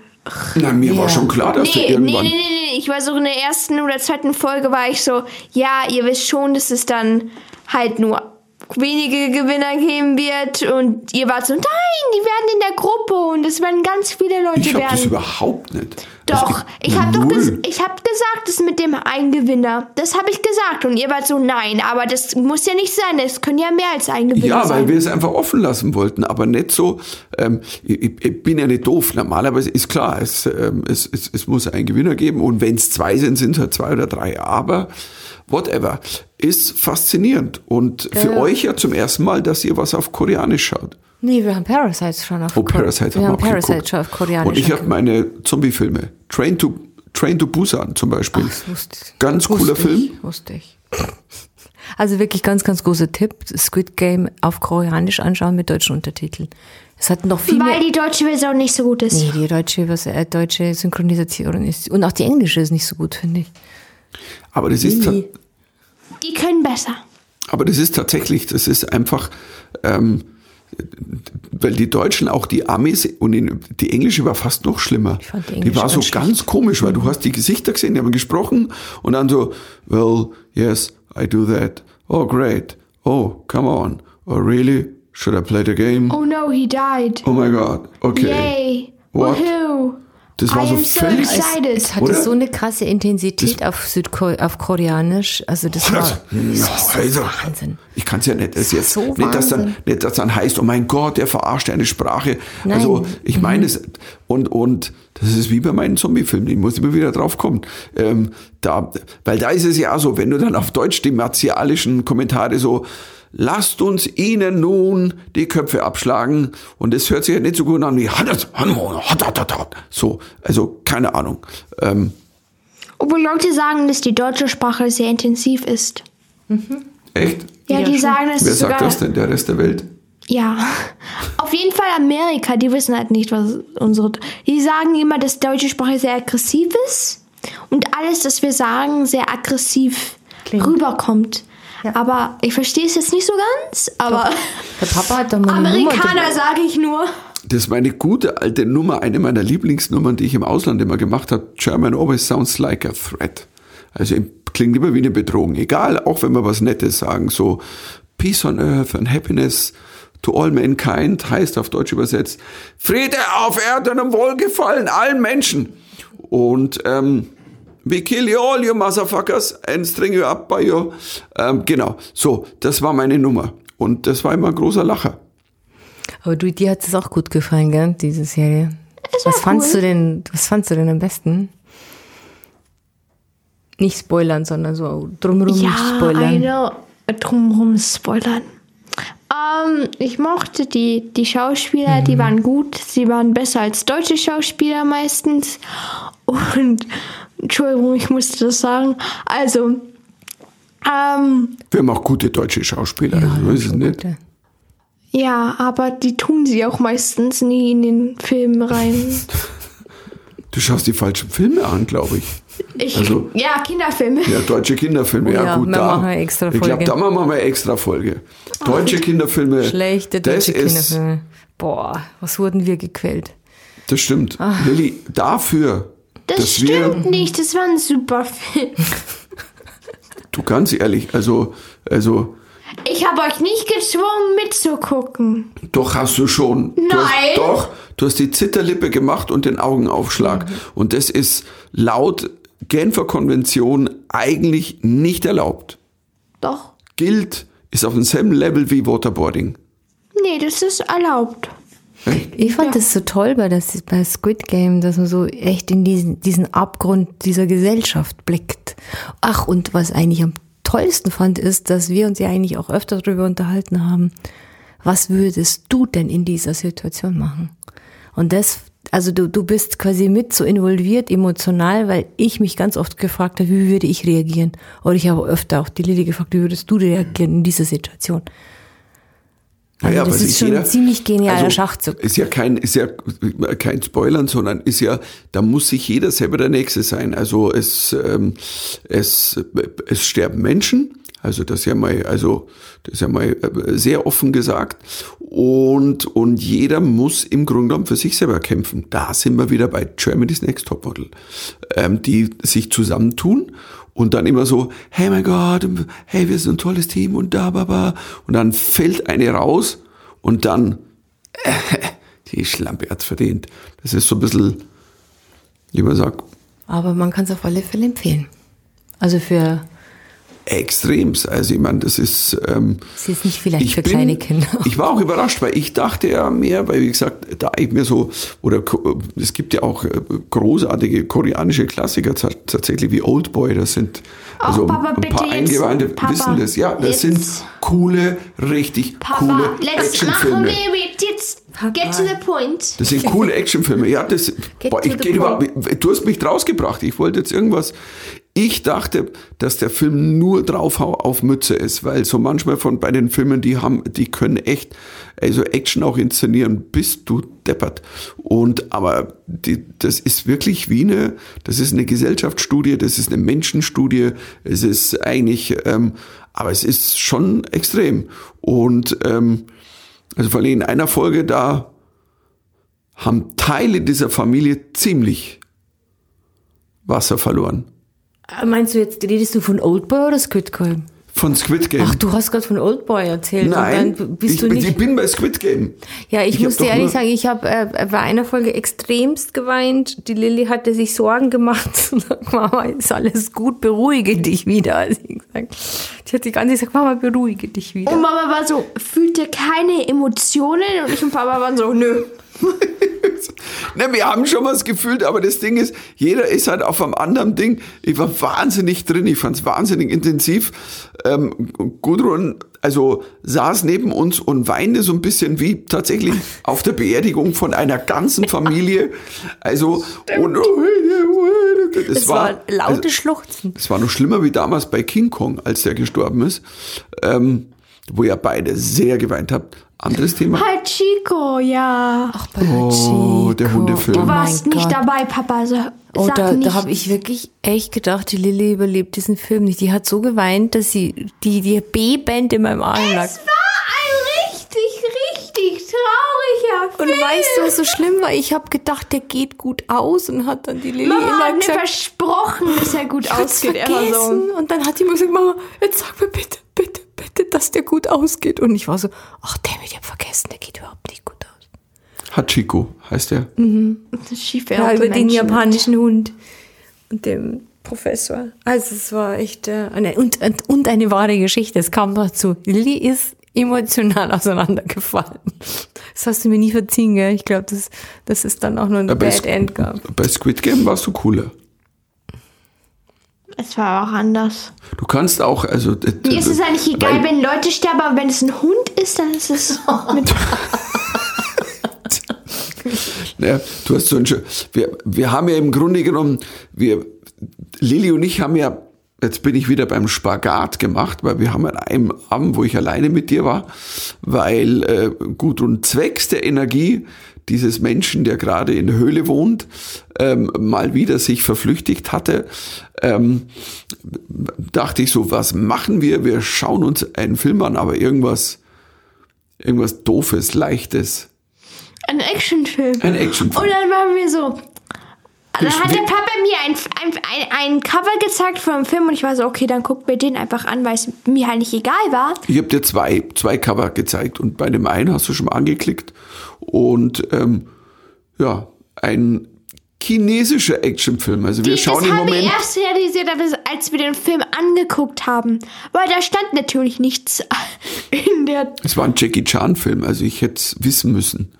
S1: Na, mir war
S3: Ja.
S1: schon klar, dass du
S2: Nee, nee, nee,
S1: irgendwann...
S2: nee, nee. Ich war so in der ersten oder zweiten Folge war ich so, ja, ihr wisst schon, dass es dann halt nur wenige Gewinner geben wird und ihr wart so, nein, die werden in der Gruppe und es werden ganz viele Leute
S1: Ich habe das
S2: werden.
S1: überhaupt nicht. Also
S2: Doch, ich habe doch ges ich hab gesagt, das mit dem einen Gewinner. Das habe ich gesagt. Und ihr wart so, nein, aber das muss ja nicht sein. Es können ja mehr als ein Gewinner
S1: Ja,
S2: sein.
S1: weil wir es einfach offen lassen wollten, aber nicht so, ähm, ich, ich- ich bin ja nicht doof. Normalerweise ist klar, es, ähm, es, es, es muss einen Gewinner geben und wenn es zwei sind, sind es halt zwei oder drei, aber whatever. Ist faszinierend und für
S3: ja.
S1: euch ja zum ersten Mal, dass ihr was auf Koreanisch schaut.
S3: Nee, wir haben Parasites schon auf
S1: Oh, Parasite
S3: Wir
S1: haben
S3: haben
S1: wir auch
S3: Parasite
S1: geguckt.
S3: schon auf Koreanisch.
S1: Und ich habe meine Zombie-Filme, Train to, Train to Busan zum Beispiel.
S3: Das wusste ich.
S1: Ganz
S3: wusste
S1: cooler
S3: ich,
S1: Film.
S3: Wusste ich. Also wirklich ganz, ganz großer Tipp. Squid Game auf Koreanisch anschauen mit deutschen Untertiteln. Es hat noch viel
S2: Weil
S3: mehr...
S2: die deutsche Version nicht so gut ist.
S3: Nee, die deutsche, was, äh, deutsche Synchronisation ist. Und auch die englische ist nicht so gut, finde ich.
S1: Aber das ist, ta-
S3: Lilly.
S2: Die können besser.
S1: aber das ist tatsächlich, das ist einfach, ähm, weil die Deutschen, auch die Amis und in, die Englische war fast noch schlimmer.
S3: Ich fand die
S1: die
S3: Englische
S1: war so
S3: ganz schlecht.
S1: ganz komisch, weil du
S2: Mhm.
S1: hast die Gesichter gesehen, die haben gesprochen und dann so, well, yes, I do that. Oh, great. Oh, come on. Oh, really? Should I play the game?
S2: Oh no, he died.
S1: Oh my God. Okay.
S2: Yay.
S1: What?
S2: Woohoo.
S1: Das war
S2: I
S1: so
S2: am so
S1: völlig-
S2: excited.
S3: Es hatte
S1: Oder?
S3: so eine krasse Intensität auf, Südko auf Koreanisch. Also das war,
S1: Das,
S3: das
S1: ja,
S3: war so
S1: also,
S3: Wahnsinn.
S1: Ich kann es ja nicht. Das jetzt,
S3: so
S1: nicht, dass dann,
S3: Wahnsinn.
S1: nicht, dass dann heißt, oh mein Gott, der verarscht eine Sprache.
S3: Nein. Mhm.
S1: Also ich meine es. Und, und das ist wie bei meinen Zombie-Filmen, ich muss immer wieder drauf kommen. Ähm, da, weil da ist es ja auch so, wenn du dann auf Deutsch die martialischen Kommentare so, lasst uns ihnen nun die Köpfe abschlagen. Und das hört sich ja nicht so gut an wie so, also keine Ahnung. Ähm,
S2: Obwohl Leute sagen, dass die deutsche Sprache sehr intensiv ist.
S1: echt?
S2: Ja,
S3: Ja,
S2: die
S3: schon.
S2: sagen, dass
S1: Wer
S2: es
S1: sagt
S2: sogar,
S1: das denn? Der Rest der Welt?
S2: Ja. Auf jeden Fall Amerika, die wissen halt nicht, was unsere. Die sagen immer, dass deutsche Sprache sehr aggressiv ist und alles, was wir sagen, sehr aggressiv
S3: Klingt.
S2: rüberkommt. Aber ich verstehe es jetzt nicht so ganz, aber
S3: Der Papa hat da mal eine Nummer
S2: Amerikaner sage ich nur.
S1: Das war eine gute alte Nummer, eine meiner Lieblingsnummern, die ich im Ausland immer gemacht habe. German always sounds like a threat. Also klingt immer wie eine Bedrohung. Egal, auch wenn wir was Nettes sagen, so Peace on Earth and Happiness to all mankind heißt auf Deutsch übersetzt Friede auf Erden und Wohlgefallen allen Menschen. Und ähm, we kill you all, you motherfuckers, and string you up by you. Ähm, genau, so, das war meine Nummer. Und das war immer ein großer Lacher.
S3: Aber du, dir hat es auch gut gefallen, gell, diese Serie.
S2: Es war
S3: Was fandst
S2: cool.
S3: du denn, was fandst du denn am besten? Nicht spoilern, sondern so drumrum
S2: Ja,
S3: spoilern.
S2: eine drumherum spoilern. Ähm, ich mochte die, die Schauspieler,
S1: Mhm.
S2: die waren gut. Sie waren besser als deutsche Schauspieler meistens. Und, Entschuldigung, ich musste das sagen. Also, ähm,
S1: Wir haben auch gute deutsche Schauspieler,
S3: Ja,
S1: also ist es
S3: schon
S1: nicht.
S3: gute.
S2: ja, aber die tun sie auch meistens nie in den Filmen rein.
S1: Du schaust die falschen Filme an, glaube ich.
S2: Ich,
S1: Also-
S2: ja, Kinderfilme.
S1: Ja, deutsche Kinderfilme,
S3: Oh
S1: ja,
S3: ja,
S1: gut,
S3: wir
S1: da.
S3: machen eine extra
S1: Ich glaube,
S3: Folge.
S1: da machen wir eine extra Folge. Deutsche Kinderfilme.
S3: Schlechte
S1: das
S3: deutsche
S1: ist-
S3: Kinderfilme. Boah, was wurden wir gequält?
S1: Das stimmt.
S3: Ah.
S1: Lilly, dafür,
S2: Das
S1: dass wir,
S2: stimmt nicht, das war ein super Film.
S1: du ganz ehrlich, also, also,
S2: Ich habe euch nicht gezwungen mitzugucken.
S1: doch hast du schon. Du
S2: Nein.
S1: hast, doch, du hast die Zitterlippe gemacht und den
S3: Mhm.
S1: Augenaufschlag. Und das ist laut Genfer Konvention eigentlich nicht erlaubt.
S2: Doch.
S1: Gilt, ist auf demselben Level wie Waterboarding.
S2: Nee, das ist erlaubt.
S1: Echt?
S3: Ich fand das so toll bei, das, bei Squid Game, dass man so echt in diesen, diesen Abgrund dieser Gesellschaft blickt. Ach, und was eigentlich am tollsten fand, ist, dass wir uns ja eigentlich auch öfter darüber unterhalten haben, was würdest du denn in dieser Situation machen? Und das, also du, du bist quasi mit so involviert emotional, weil ich mich ganz oft gefragt habe, wie würde ich reagieren? Oder ich habe öfter auch die Lilly gefragt, wie würdest du reagieren in dieser Situation? Also
S1: Naja,
S3: das
S1: aber
S3: ist
S1: sich
S3: schon
S1: jeder- Also
S3: ein ziemlich genialer Schachzug.
S1: Ist ja kein, ist ja kein Spoilern, sondern ist ja, da muss sich jeder selber der Nächste sein. Also es, ähm, es, es sterben Menschen. Also das ist ja mal, also das ist ja mal äh, sehr offen gesagt. Und und jeder muss im Grunde genommen für sich selber kämpfen. Da sind wir wieder bei Germany's Next Topmodel, ähm, die sich zusammentun und dann immer so, hey mein Gott, hey wir sind ein tolles Team und da, baba. Und dann fällt eine raus und dann die Schlampe hat's verdient. Das ist so ein bisschen, Lieber sagt,
S3: Aber man kann es auf alle Fälle empfehlen. Also für,
S1: extremst. Also ich meine, das ist... Ähm,
S3: es ist nicht vielleicht für
S1: bin-
S3: kleine Kinder.
S1: Ich war auch überrascht, weil ich dachte ja mehr, weil wie gesagt, da ich mir so, oder ko- es gibt ja auch äh, großartige koreanische Klassiker ta- tatsächlich wie Oldboy, das sind
S2: Ach,
S1: also
S2: Oh, Papa,
S1: ein paar
S2: bitte jetzt.
S1: Eingeweihte
S2: Papa,
S1: wissen das, ja, das
S2: jetzt.
S1: sind coole, richtig coole
S2: Papa, let's machen
S1: Actionfilme.
S2: wir mit jetzt.
S3: Papa.
S2: Get to the point.
S1: Das sind coole Actionfilme. Ja, das, boah,
S3: to
S1: ich
S3: the
S1: geh über, du hast mich rausgebracht. Ich wollte jetzt irgendwas. Ich dachte, dass der Film nur draufhau auf Mütze ist, weil so manchmal von bei den Filmen, die haben, die können echt, also Action auch inszenieren, bist du deppert. Und aber die, das ist wirklich wie eine, das ist eine Gesellschaftsstudie, das ist eine Menschenstudie. Es ist eigentlich, ähm, aber es ist schon extrem. Und ähm, also vor allem in einer Folge da haben Teile dieser Familie ziemlich Wasser verloren.
S3: Äh, Meinst du jetzt, redest du von Oldboy oder Squid Game?
S1: Von Squid Game.
S3: Ach, du hast gerade von Oldboy erzählt.
S1: Nein,
S3: Und dann bist
S1: ich,
S3: du
S1: bin-
S3: nicht
S1: ich bin bei Squid Game.
S3: Ja, ich,
S1: Ich hab
S3: muss dir
S1: doch
S3: ehrlich
S1: nur-
S3: sagen, ich habe äh, bei einer Folge extremst geweint. Die Lilly hatte sich Sorgen gemacht. Sag Mama, ist alles gut, beruhige dich wieder. hat sie gesagt. Die hat die ganze Zeit gesagt, Mama, beruhige dich wieder.
S1: Oh,
S2: Und Mama war so, fühlte keine Emotionen und ich und Papa waren so, nö.
S1: Ne, wir haben schon was gefühlt, aber das Ding ist, jeder ist halt auf einem anderen Ding. Ich war wahnsinnig drin, ich fand es wahnsinnig intensiv. Ähm, Gudrun, also saß neben uns und weinte so ein bisschen wie tatsächlich auf der Beerdigung von einer ganzen Familie. Also und oh, es, also
S3: es war laute Schluchzen.
S1: Es war noch schlimmer wie damals bei King Kong, als der gestorben ist, ähm, wo ihr beide sehr geweint habt. Anderes Thema.
S2: Hi Chico, ja.
S3: Ach, Pachico.
S1: Oh, der Hundefilm.
S2: du
S1: mein
S2: warst nicht dabei, Papa. So,
S3: Oh,
S2: sag
S3: da,
S2: nicht.
S3: da habe ich wirklich echt gedacht, die Lilly überlebt diesen Film nicht. Die hat so geweint, dass sie die, die bebend in meinem Arm lag.
S2: es war ein richtig, richtig trauriger
S3: Und
S2: Film.
S3: weißt du, was so schlimm war? Ich habe gedacht, der geht gut aus und hat dann die Lilly
S2: Mama
S3: immer
S2: hat mir
S3: gesagt,
S2: versprochen, dass er gut
S3: Hat's
S2: ausgeht. Er war so,
S3: vergessen. Und dann hat die mir gesagt, Mama, jetzt sag mir bitte, bitte, bitte, dass der gut ausgeht. Und ich war so, ach damit, ich hab vergessen, der geht überhaupt nicht gut aus.
S1: Hachiko heißt er.
S2: schief
S3: Ja, über den japanischen Hund und dem Professor. Also es war echt äh, eine, und, und, und eine wahre Geschichte. Es kam dazu. Lilly ist emotional auseinandergefallen. Das hast du mir nie verziehen, gell? Ich glaube, das, das ist dann auch nur ein
S1: Bei,
S3: Bad
S1: Squ-
S3: End gab.
S1: bei Squid Game warst du cooler.
S2: Es war auch anders.
S1: Du kannst auch, also. äh,
S2: Mir ist es eigentlich egal,
S1: weil-
S2: wenn Leute sterben, aber wenn es ein Hund ist, dann ist es mit
S1: Ja, du hast so ein, schö- wir, wir haben ja im Grunde genommen, wir, Lilly und ich haben ja, jetzt bin ich wieder beim Spagat gemacht, weil wir haben an einem Abend, wo ich alleine mit dir war, weil äh, gut und zwecks der Energie dieses Menschen, der gerade in der Höhle wohnt, ähm, mal wieder sich verflüchtigt hatte, ähm, dachte ich so, was machen wir? Wir schauen uns einen Film an, aber irgendwas, irgendwas Doofes, Leichtes.
S2: einem Actionfilm.
S1: Ein Actionfilm.
S2: Und dann waren wir so. Dann hat
S1: Geschwi-
S2: der Papa mir ein, ein, ein, ein Cover gezeigt von einem Film und ich war so, okay, dann guckt mir den einfach an, weil es mir halt nicht egal war.
S1: Ich habe dir zwei, zwei Cover gezeigt und bei dem einen hast du schon mal angeklickt und ähm, ja, ein chinesischer Actionfilm. Also wir
S2: Die-
S1: schauen
S2: das
S1: im
S2: haben
S1: Moment.
S2: wir erst realisiert, als- als wir den Film angeguckt haben. Weil da stand natürlich nichts in der.
S1: Es war ein Jackie Chan-Film, also ich hätte es wissen müssen.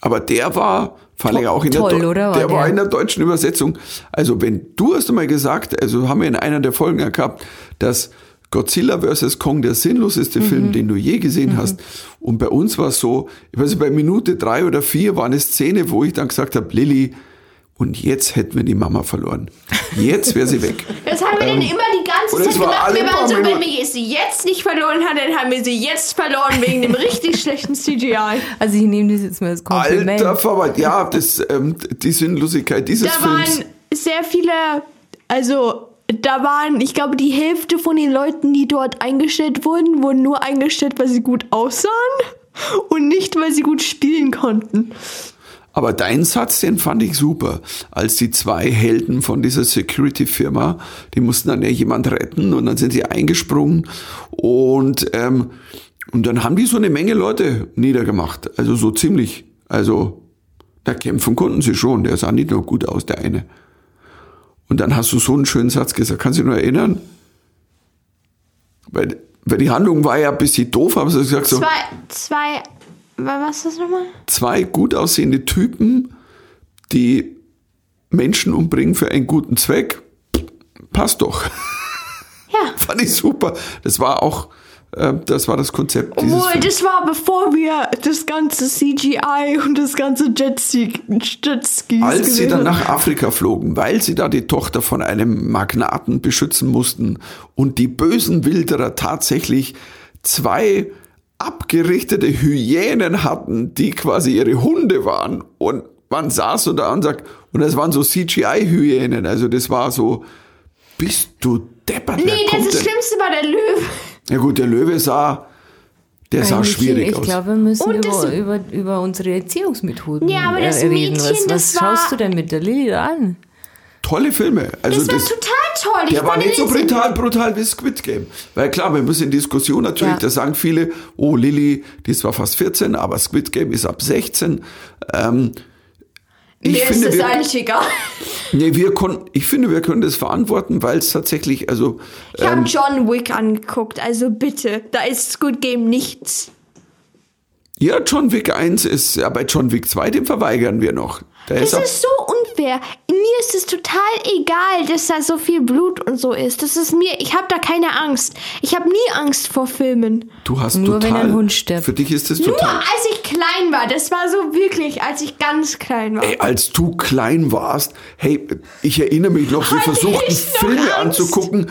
S1: Aber der war, vor allem
S3: To-
S1: auch in der,
S3: toll,
S1: Deu-
S3: oder? War
S1: der war
S3: der?
S1: in der deutschen Übersetzung. Also wenn du hast du mal gesagt, also haben wir in einer der Folgen ja gehabt, dass Godzilla vs. Kong der sinnloseste
S3: Mhm.
S1: Film, den du je gesehen hast. Und bei uns war es so, ich weiß nicht, bei Minute drei oder vier war eine Szene, wo ich dann gesagt habe, Lilly, und jetzt hätten wir die Mama verloren. Jetzt wäre sie weg.
S2: Das haben wir dann immer die ganze
S1: Ähm, und es
S2: Zeit
S1: war
S2: gemacht.
S1: alle
S2: Wir waren
S1: paar
S2: so, wenn
S1: Minuten-
S2: wir sie jetzt nicht verloren haben, dann haben wir sie jetzt verloren wegen dem richtig schlechten CGI.
S3: Also ich nehme das jetzt mal als Kompliment.
S1: Alter Verwalt, ja, das, ähm, die Sinnlosigkeit dieses
S2: Da
S1: Films.
S2: waren sehr viele, also da waren, ich glaube, die Hälfte von den Leuten, die dort eingestellt wurden, wurden nur eingestellt, weil sie gut aussahen und nicht, weil sie gut spielen konnten.
S1: Aber deinen Satz, den fand ich super. Als die zwei Helden von dieser Security-Firma, die mussten dann ja jemand retten und dann sind sie eingesprungen und, ähm, und dann haben die so eine Menge Leute niedergemacht. Also so ziemlich. Also Da kämpfen konnten sie schon, der sah nicht nur gut aus, der eine. Und dann hast du so einen schönen Satz gesagt, kannst du dich nur erinnern? Weil, weil die Handlung war ja ein bisschen doof, aber sie hat gesagt so,
S2: Zwei, zwei, wa- was ist das nochmal?
S1: zwei gut aussehende Typen, die Menschen umbringen für einen guten Zweck, passt doch.
S2: Ja.
S1: Fand ich super. Das war auch, äh, das war das Konzept dieses
S2: Obwohl,
S1: Films.
S2: das war bevor wir das ganze CGI und das ganze Jetski, Jetskis
S1: Als sie
S2: gesehen
S1: dann
S2: haben.
S1: nach Afrika flogen, weil sie da die Tochter von einem Magnaten beschützen mussten und die bösen Wilderer tatsächlich zwei abgerichtete Hyänen hatten, die quasi ihre Hunde waren und man saß so da und sagt, und das waren so CGI-Hyänen, also das war so, bist du deppert? Wer
S2: Nee, das
S1: kommt
S2: ist das
S1: denn?
S2: Schlimmste war der Löwe.
S1: Ja gut, der Löwe sah, der sah
S3: Eigentlich,
S1: schwierig
S3: ich
S1: aus.
S3: glaube, wir müssen
S2: Und das-
S3: über, über, über unsere Erziehungsmethoden
S2: Ja, aber
S3: äh,
S2: das
S3: reden.
S2: Mädchen,
S3: was was
S2: das war-
S3: schaust du denn mit der Lilly da an?
S1: Tolle Filme. Also
S2: Das war total toll. Ich
S1: Der war
S2: meine,
S1: nicht so
S2: das-
S1: brutal, brutal wie Squid Game. Weil klar, wir müssen in Diskussion natürlich,
S3: Ja.
S1: da sagen viele, oh Lilly, die ist zwar fast 14, aber Squid Game ist ab 16. Ähm, ich
S2: Mir
S1: finde,
S2: ist das
S1: wir,
S2: eigentlich egal.
S1: nee, wir kon, ich finde, wir können das verantworten, weil es tatsächlich, also
S2: Ich habe
S3: Ähm,
S2: John Wick angeguckt, also bitte. Da ist Squid Game nichts.
S1: ja, John Wick 1 ist, ja, bei John Wick 2, den verweigern wir noch. Der
S2: Das
S1: ist ab,
S2: ist so unfair. Mir ist es total egal, dass da so viel Blut und so ist. Das ist mir, ich habe da keine Angst. Ich habe nie Angst vor Filmen.
S1: du hast
S3: Nur wenn
S1: total,
S3: ein Hund stirbt.
S1: für dich ist das
S2: Nur
S1: total.
S2: als ich klein war. Das war so wirklich, als ich ganz klein war.
S1: Ey, als du klein warst, hey, ich erinnere mich noch, wir
S2: Hatte
S1: versuchten
S2: ich noch
S1: Filme
S2: Angst?
S1: anzugucken.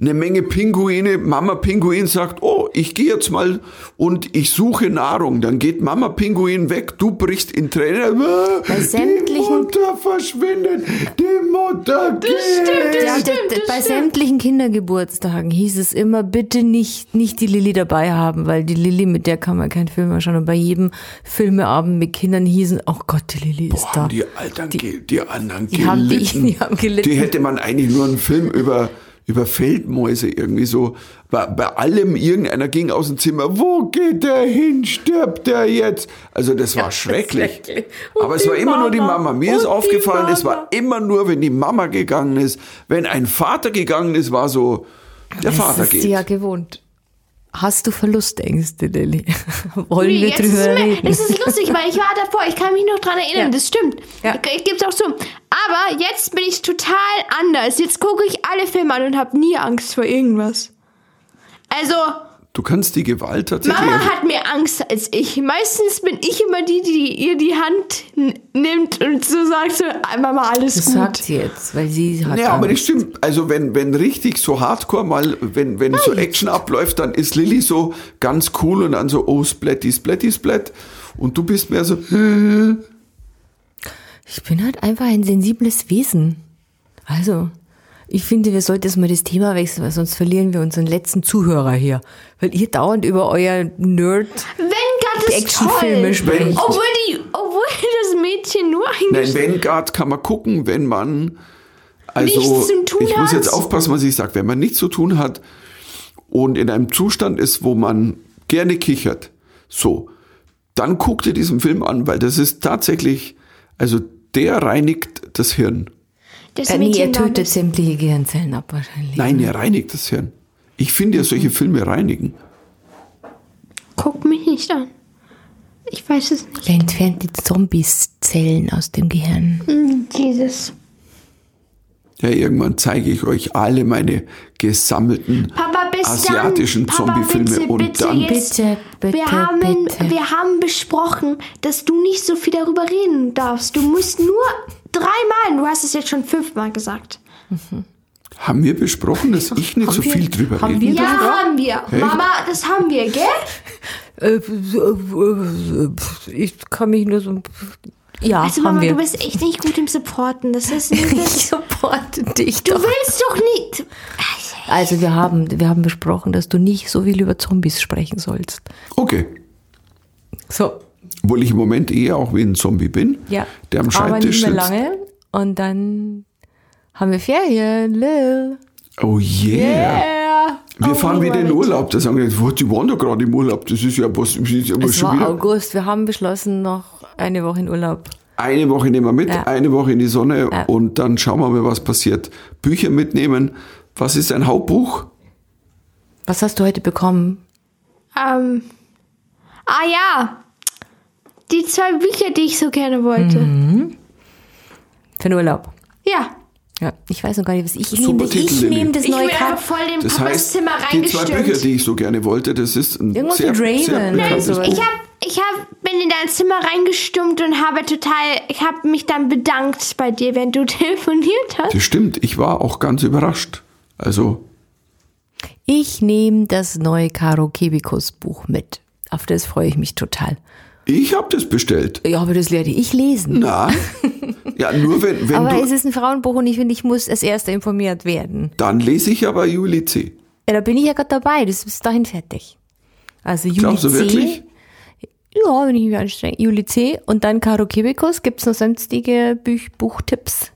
S1: Eine Menge Pinguine, Mama Pinguin sagt, oh, ich gehe jetzt mal und ich suche Nahrung. Dann geht Mama Pinguin weg, du brichst in Tränen. Äh, Die
S3: sämtlichen-
S1: Mutter verschwindet, die Mutter geht.
S2: stimmt, das
S3: Ja,
S2: stimmt,
S3: d- d-
S2: das
S3: bei
S2: stimmt.
S3: sämtlichen Kindergeburtstagen hieß es immer, bitte nicht, nicht die Lilly dabei haben, weil die Lilly, mit der kann man keinen Film mehr schauen. Und bei jedem Filmeabend mit Kindern hießen, oh Gott, die Lilly ist da.
S1: Haben die, Altern die, die anderen
S3: die haben die-
S1: gelitten.
S3: die haben gelitten.
S1: Die hätte man eigentlich nur einen Film über, über Feldmäuse irgendwie so. Bei, bei allem, irgendeiner ging aus dem Zimmer. Wo geht der hin? Stirbt der jetzt? Also, das war schrecklich.
S3: schrecklich. Und
S1: Aber es
S3: die
S1: war immer nur die
S3: Mama.
S1: Mama. Mir
S3: Und
S1: ist
S3: die
S1: aufgefallen, es
S3: Mama.
S1: war immer nur, wenn die Mama gegangen ist. Wenn ein Vater gegangen ist, war so, der Vater
S3: das ist
S1: geht.
S3: sie ja gewohnt. Hast du Verlustängste, Lilly? Wollen wir
S2: Jetzt ist
S3: drüber
S2: es mir-
S3: reden?
S2: Es ist lustig, weil ich war davor, ich kann mich noch dran erinnern,
S3: Ja.
S2: das stimmt.
S3: Ja.
S2: Ich, ich gebe es auch zu. Aber jetzt bin ich total anders. Jetzt gucke ich alle Filme an und habe nie Angst vor irgendwas. Also,
S1: Du kannst die Gewalt tatsächlich.
S2: Mama hat mehr Angst als ich. Meistens bin ich immer die, die ihr die Hand n- nimmt und so sagt so, "Ah, Mama, alles
S3: das
S2: gut.
S3: sagt sie jetzt, weil sie hat
S1: Ja, aber das
S3: Angst.
S1: stimmt. Also wenn, wenn richtig so hardcore mal, wenn, wenn so Action abläuft, dann ist Lilly so ganz cool und dann so, oh, splatty, splatty, splat. Und du bist mehr so,
S3: Ich bin halt einfach ein sensibles Wesen. Also, ich finde, wir sollten jetzt mal das Thema wechseln, weil sonst verlieren wir unseren letzten Zuhörer hier. Weil ihr dauernd über euer Nerd.
S2: Wenn Gott
S3: Die
S2: ist
S3: Actionfilme
S2: toll.
S3: sprechen.
S2: Obwohl, die, obwohl das Mädchen nur
S1: nein,
S2: eingeschrieben
S1: Vanguard kann man gucken, wenn man, also,
S2: Nichts zu tun
S1: ich muss
S2: hat.
S1: jetzt aufpassen, was ich sage, wenn man nichts zu tun hat und in einem Zustand ist, wo man gerne kichert, so, dann guck dir diesen Film an, weil das ist tatsächlich, also der reinigt das Hirn.
S2: Das
S3: Äh, nee,
S2: Mädchen
S3: ihr
S2: war
S3: tötet
S2: das-
S3: sämtliche Gehirnzellen ab wahrscheinlich.
S1: Nein, er reinigt das Hirn. Ich finde ja, solche Filme reinigen.
S2: Guck mich nicht an. Ich weiß es nicht.
S3: Er entfernt die Zombies-Zellen aus dem Gehirn.
S2: Jesus.
S1: Ja, irgendwann zeige ich euch alle meine gesammelten
S2: Papa, bis
S1: asiatischen
S2: dann. Papa,
S1: Zombiefilme
S2: bitte,
S1: und
S2: bitte
S1: dann.
S2: jetzt.
S3: Bitte, bitte,
S2: wir, haben,
S3: bitte.
S2: wir haben besprochen, dass du nicht so viel darüber reden darfst. Du musst nur dreimal, du hast es jetzt schon fünfmal gesagt.
S1: Haben wir besprochen, dass ich nicht so
S3: wir-
S1: viel drüber
S3: haben
S1: rede?
S3: wir-
S2: Ja, haben wir. Mama, das haben wir, gell?
S3: Äh, äh, äh, Ich kann mich nur so. Ja,
S2: Also
S3: haben
S2: Mama,
S3: wir.
S2: du bist echt nicht gut im Supporten. Das ist nicht
S3: ich
S2: das.
S3: supporte dich
S2: Du
S3: doch.
S2: willst doch nicht.
S3: Also wir haben, wir haben besprochen, dass du nicht so viel über Zombies sprechen sollst.
S1: Okay.
S3: So,
S1: Obwohl ich im Moment eher auch wie ein Zombie bin,
S3: ja.
S1: der am
S3: Aber nicht
S1: Schreibtisch
S3: mehr
S1: sitzt.
S3: lange. Und dann haben wir Ferien. Lil.
S1: Oh yeah. Wir
S3: Oh,
S1: fahren wieder in Urlaub. Da sagen wir, jetzt, "Wo, die waren doch gerade im Urlaub. Das ist ja was. Das ist ja
S3: Es
S1: schon
S3: war
S1: wieder.
S3: August. Wir haben beschlossen, noch eine Woche in Urlaub.
S1: Eine Woche nehmen wir mit,
S3: Ja.
S1: eine Woche in die Sonne
S3: Ja.
S1: und dann schauen wir mal, was passiert. Bücher mitnehmen. Was ist dein Hauptbuch?
S3: Was hast du heute bekommen?
S2: Ähm, ah ja, die zwei Bücher, die ich so gerne wollte.
S1: Mhm.
S3: Für den Urlaub.
S2: Ja.
S3: Ja, ich weiß noch gar nicht, was ich
S1: Super
S3: nehme. Ich
S1: Titel, Lilly.
S3: nehme das
S2: Ich
S3: neue
S2: bin einfach
S3: Kart.
S2: voll in
S1: Das
S2: Papas
S1: heißt,
S2: Zimmer
S1: die zwei Bücher,
S2: reingestürmt.
S1: die ich so gerne wollte, das ist ein
S3: Irgendwas
S1: sehr,
S3: mit Raven
S1: sehr
S3: oder
S1: bekanntes
S3: sowas.
S2: Ich
S1: Buch.
S2: hab, ich hab, bin in dein Zimmer reingestürmt und habe total, ich habe mich dann bedankt bei dir, wenn du telefoniert hast.
S1: Das stimmt, ich war auch ganz überrascht. Also,
S3: Ich nehme das neue Karo Kebikus Buch mit. Auf das freue ich mich total.
S1: ich habe das bestellt.
S3: Ja, aber das werde ich lesen.
S1: Na, ja, nur wenn, wenn
S3: aber
S1: du,
S3: es ist ein Frauenbuch und ich finde, ich muss als Erster informiert werden.
S1: dann lese ich aber Juli C.
S3: Ja, da bin ich ja gerade dabei. Das ist bis dahin fertig. Also Juli
S1: Glaubst du
S3: C.
S1: wirklich?
S3: Ja, wenn ich mich anstrenge. Juli C. Und dann Karo Kebikus. Gibt es noch sonstige Büch Buchtipps?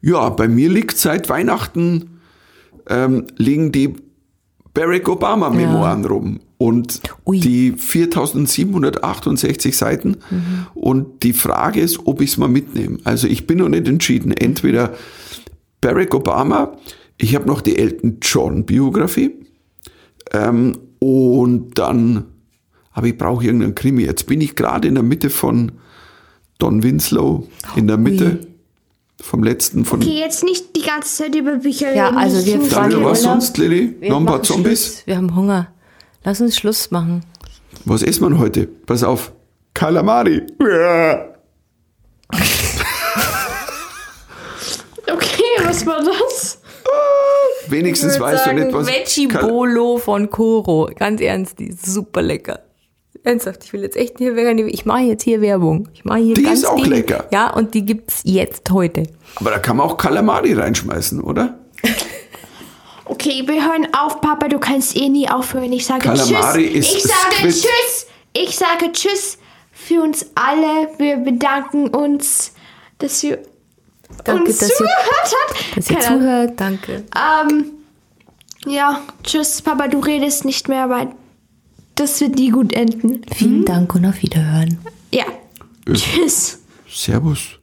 S1: Ja, bei mir liegt seit Weihnachten ähm, liegen die Barack Obama Memoiren rum und
S3: Ui.
S1: die 4768 Seiten und die Frage ist, ob ich es mal mitnehme. Also ich bin noch nicht entschieden, entweder Barack Obama, ich habe noch die Elton John Biografie ähm, und dann aber ich brauche irgendeinen Krimi. Jetzt bin ich gerade in der Mitte von Don Winslow, in der Mitte vom letzten von
S2: Okay, jetzt nicht die ganze Zeit über Bücher
S3: Ja,
S2: reden.
S3: also
S2: Ich
S3: wir
S2: muss
S3: fragen
S2: in
S1: Daniel,
S2: den
S1: was
S2: Urlaub.
S1: sonst, Lilly? Noch ein paar
S3: machen
S1: Zombies?
S3: Schluss. Wir haben Hunger. Lass uns Schluss machen.
S1: Was essen wir denn heute? Pass auf. Kalamari.
S2: Okay, was war das?
S1: Wenigstens weißt du nicht, was.
S3: Veggie
S1: Kal-
S3: Bolo von Koro. Ganz ernst, die ist super lecker. Ernsthaft, ich will jetzt echt hier Werbung. Ich mache jetzt hier Werbung. Ich mache hier
S1: Die
S3: ganz
S1: ist auch
S3: dringend-
S1: lecker.
S3: Ja, und die gibt's jetzt heute.
S1: Aber da kann man auch Kalamari reinschmeißen, oder?
S2: Okay, wir hören auf, Papa, du kannst eh nie aufhören. Ich sage
S1: Kalamari
S2: Tschüss.
S1: ist
S2: ich sage
S1: Squid.
S2: Tschüss. Ich sage Tschüss für uns alle. Wir bedanken uns, dass ihr
S3: Danke,
S2: uns
S3: dass ihr-
S2: zugehört habt.
S3: Dass ihr
S2: Keine Ahnung.
S3: zuhört, danke.
S2: Ähm, ja, tschüss, Papa, du redest nicht mehr, aber das wird nie gut enden.
S1: Hm?
S3: Vielen Dank und auf Wiederhören.
S2: Ja.
S1: Öff.
S2: Tschüss.
S1: Servus.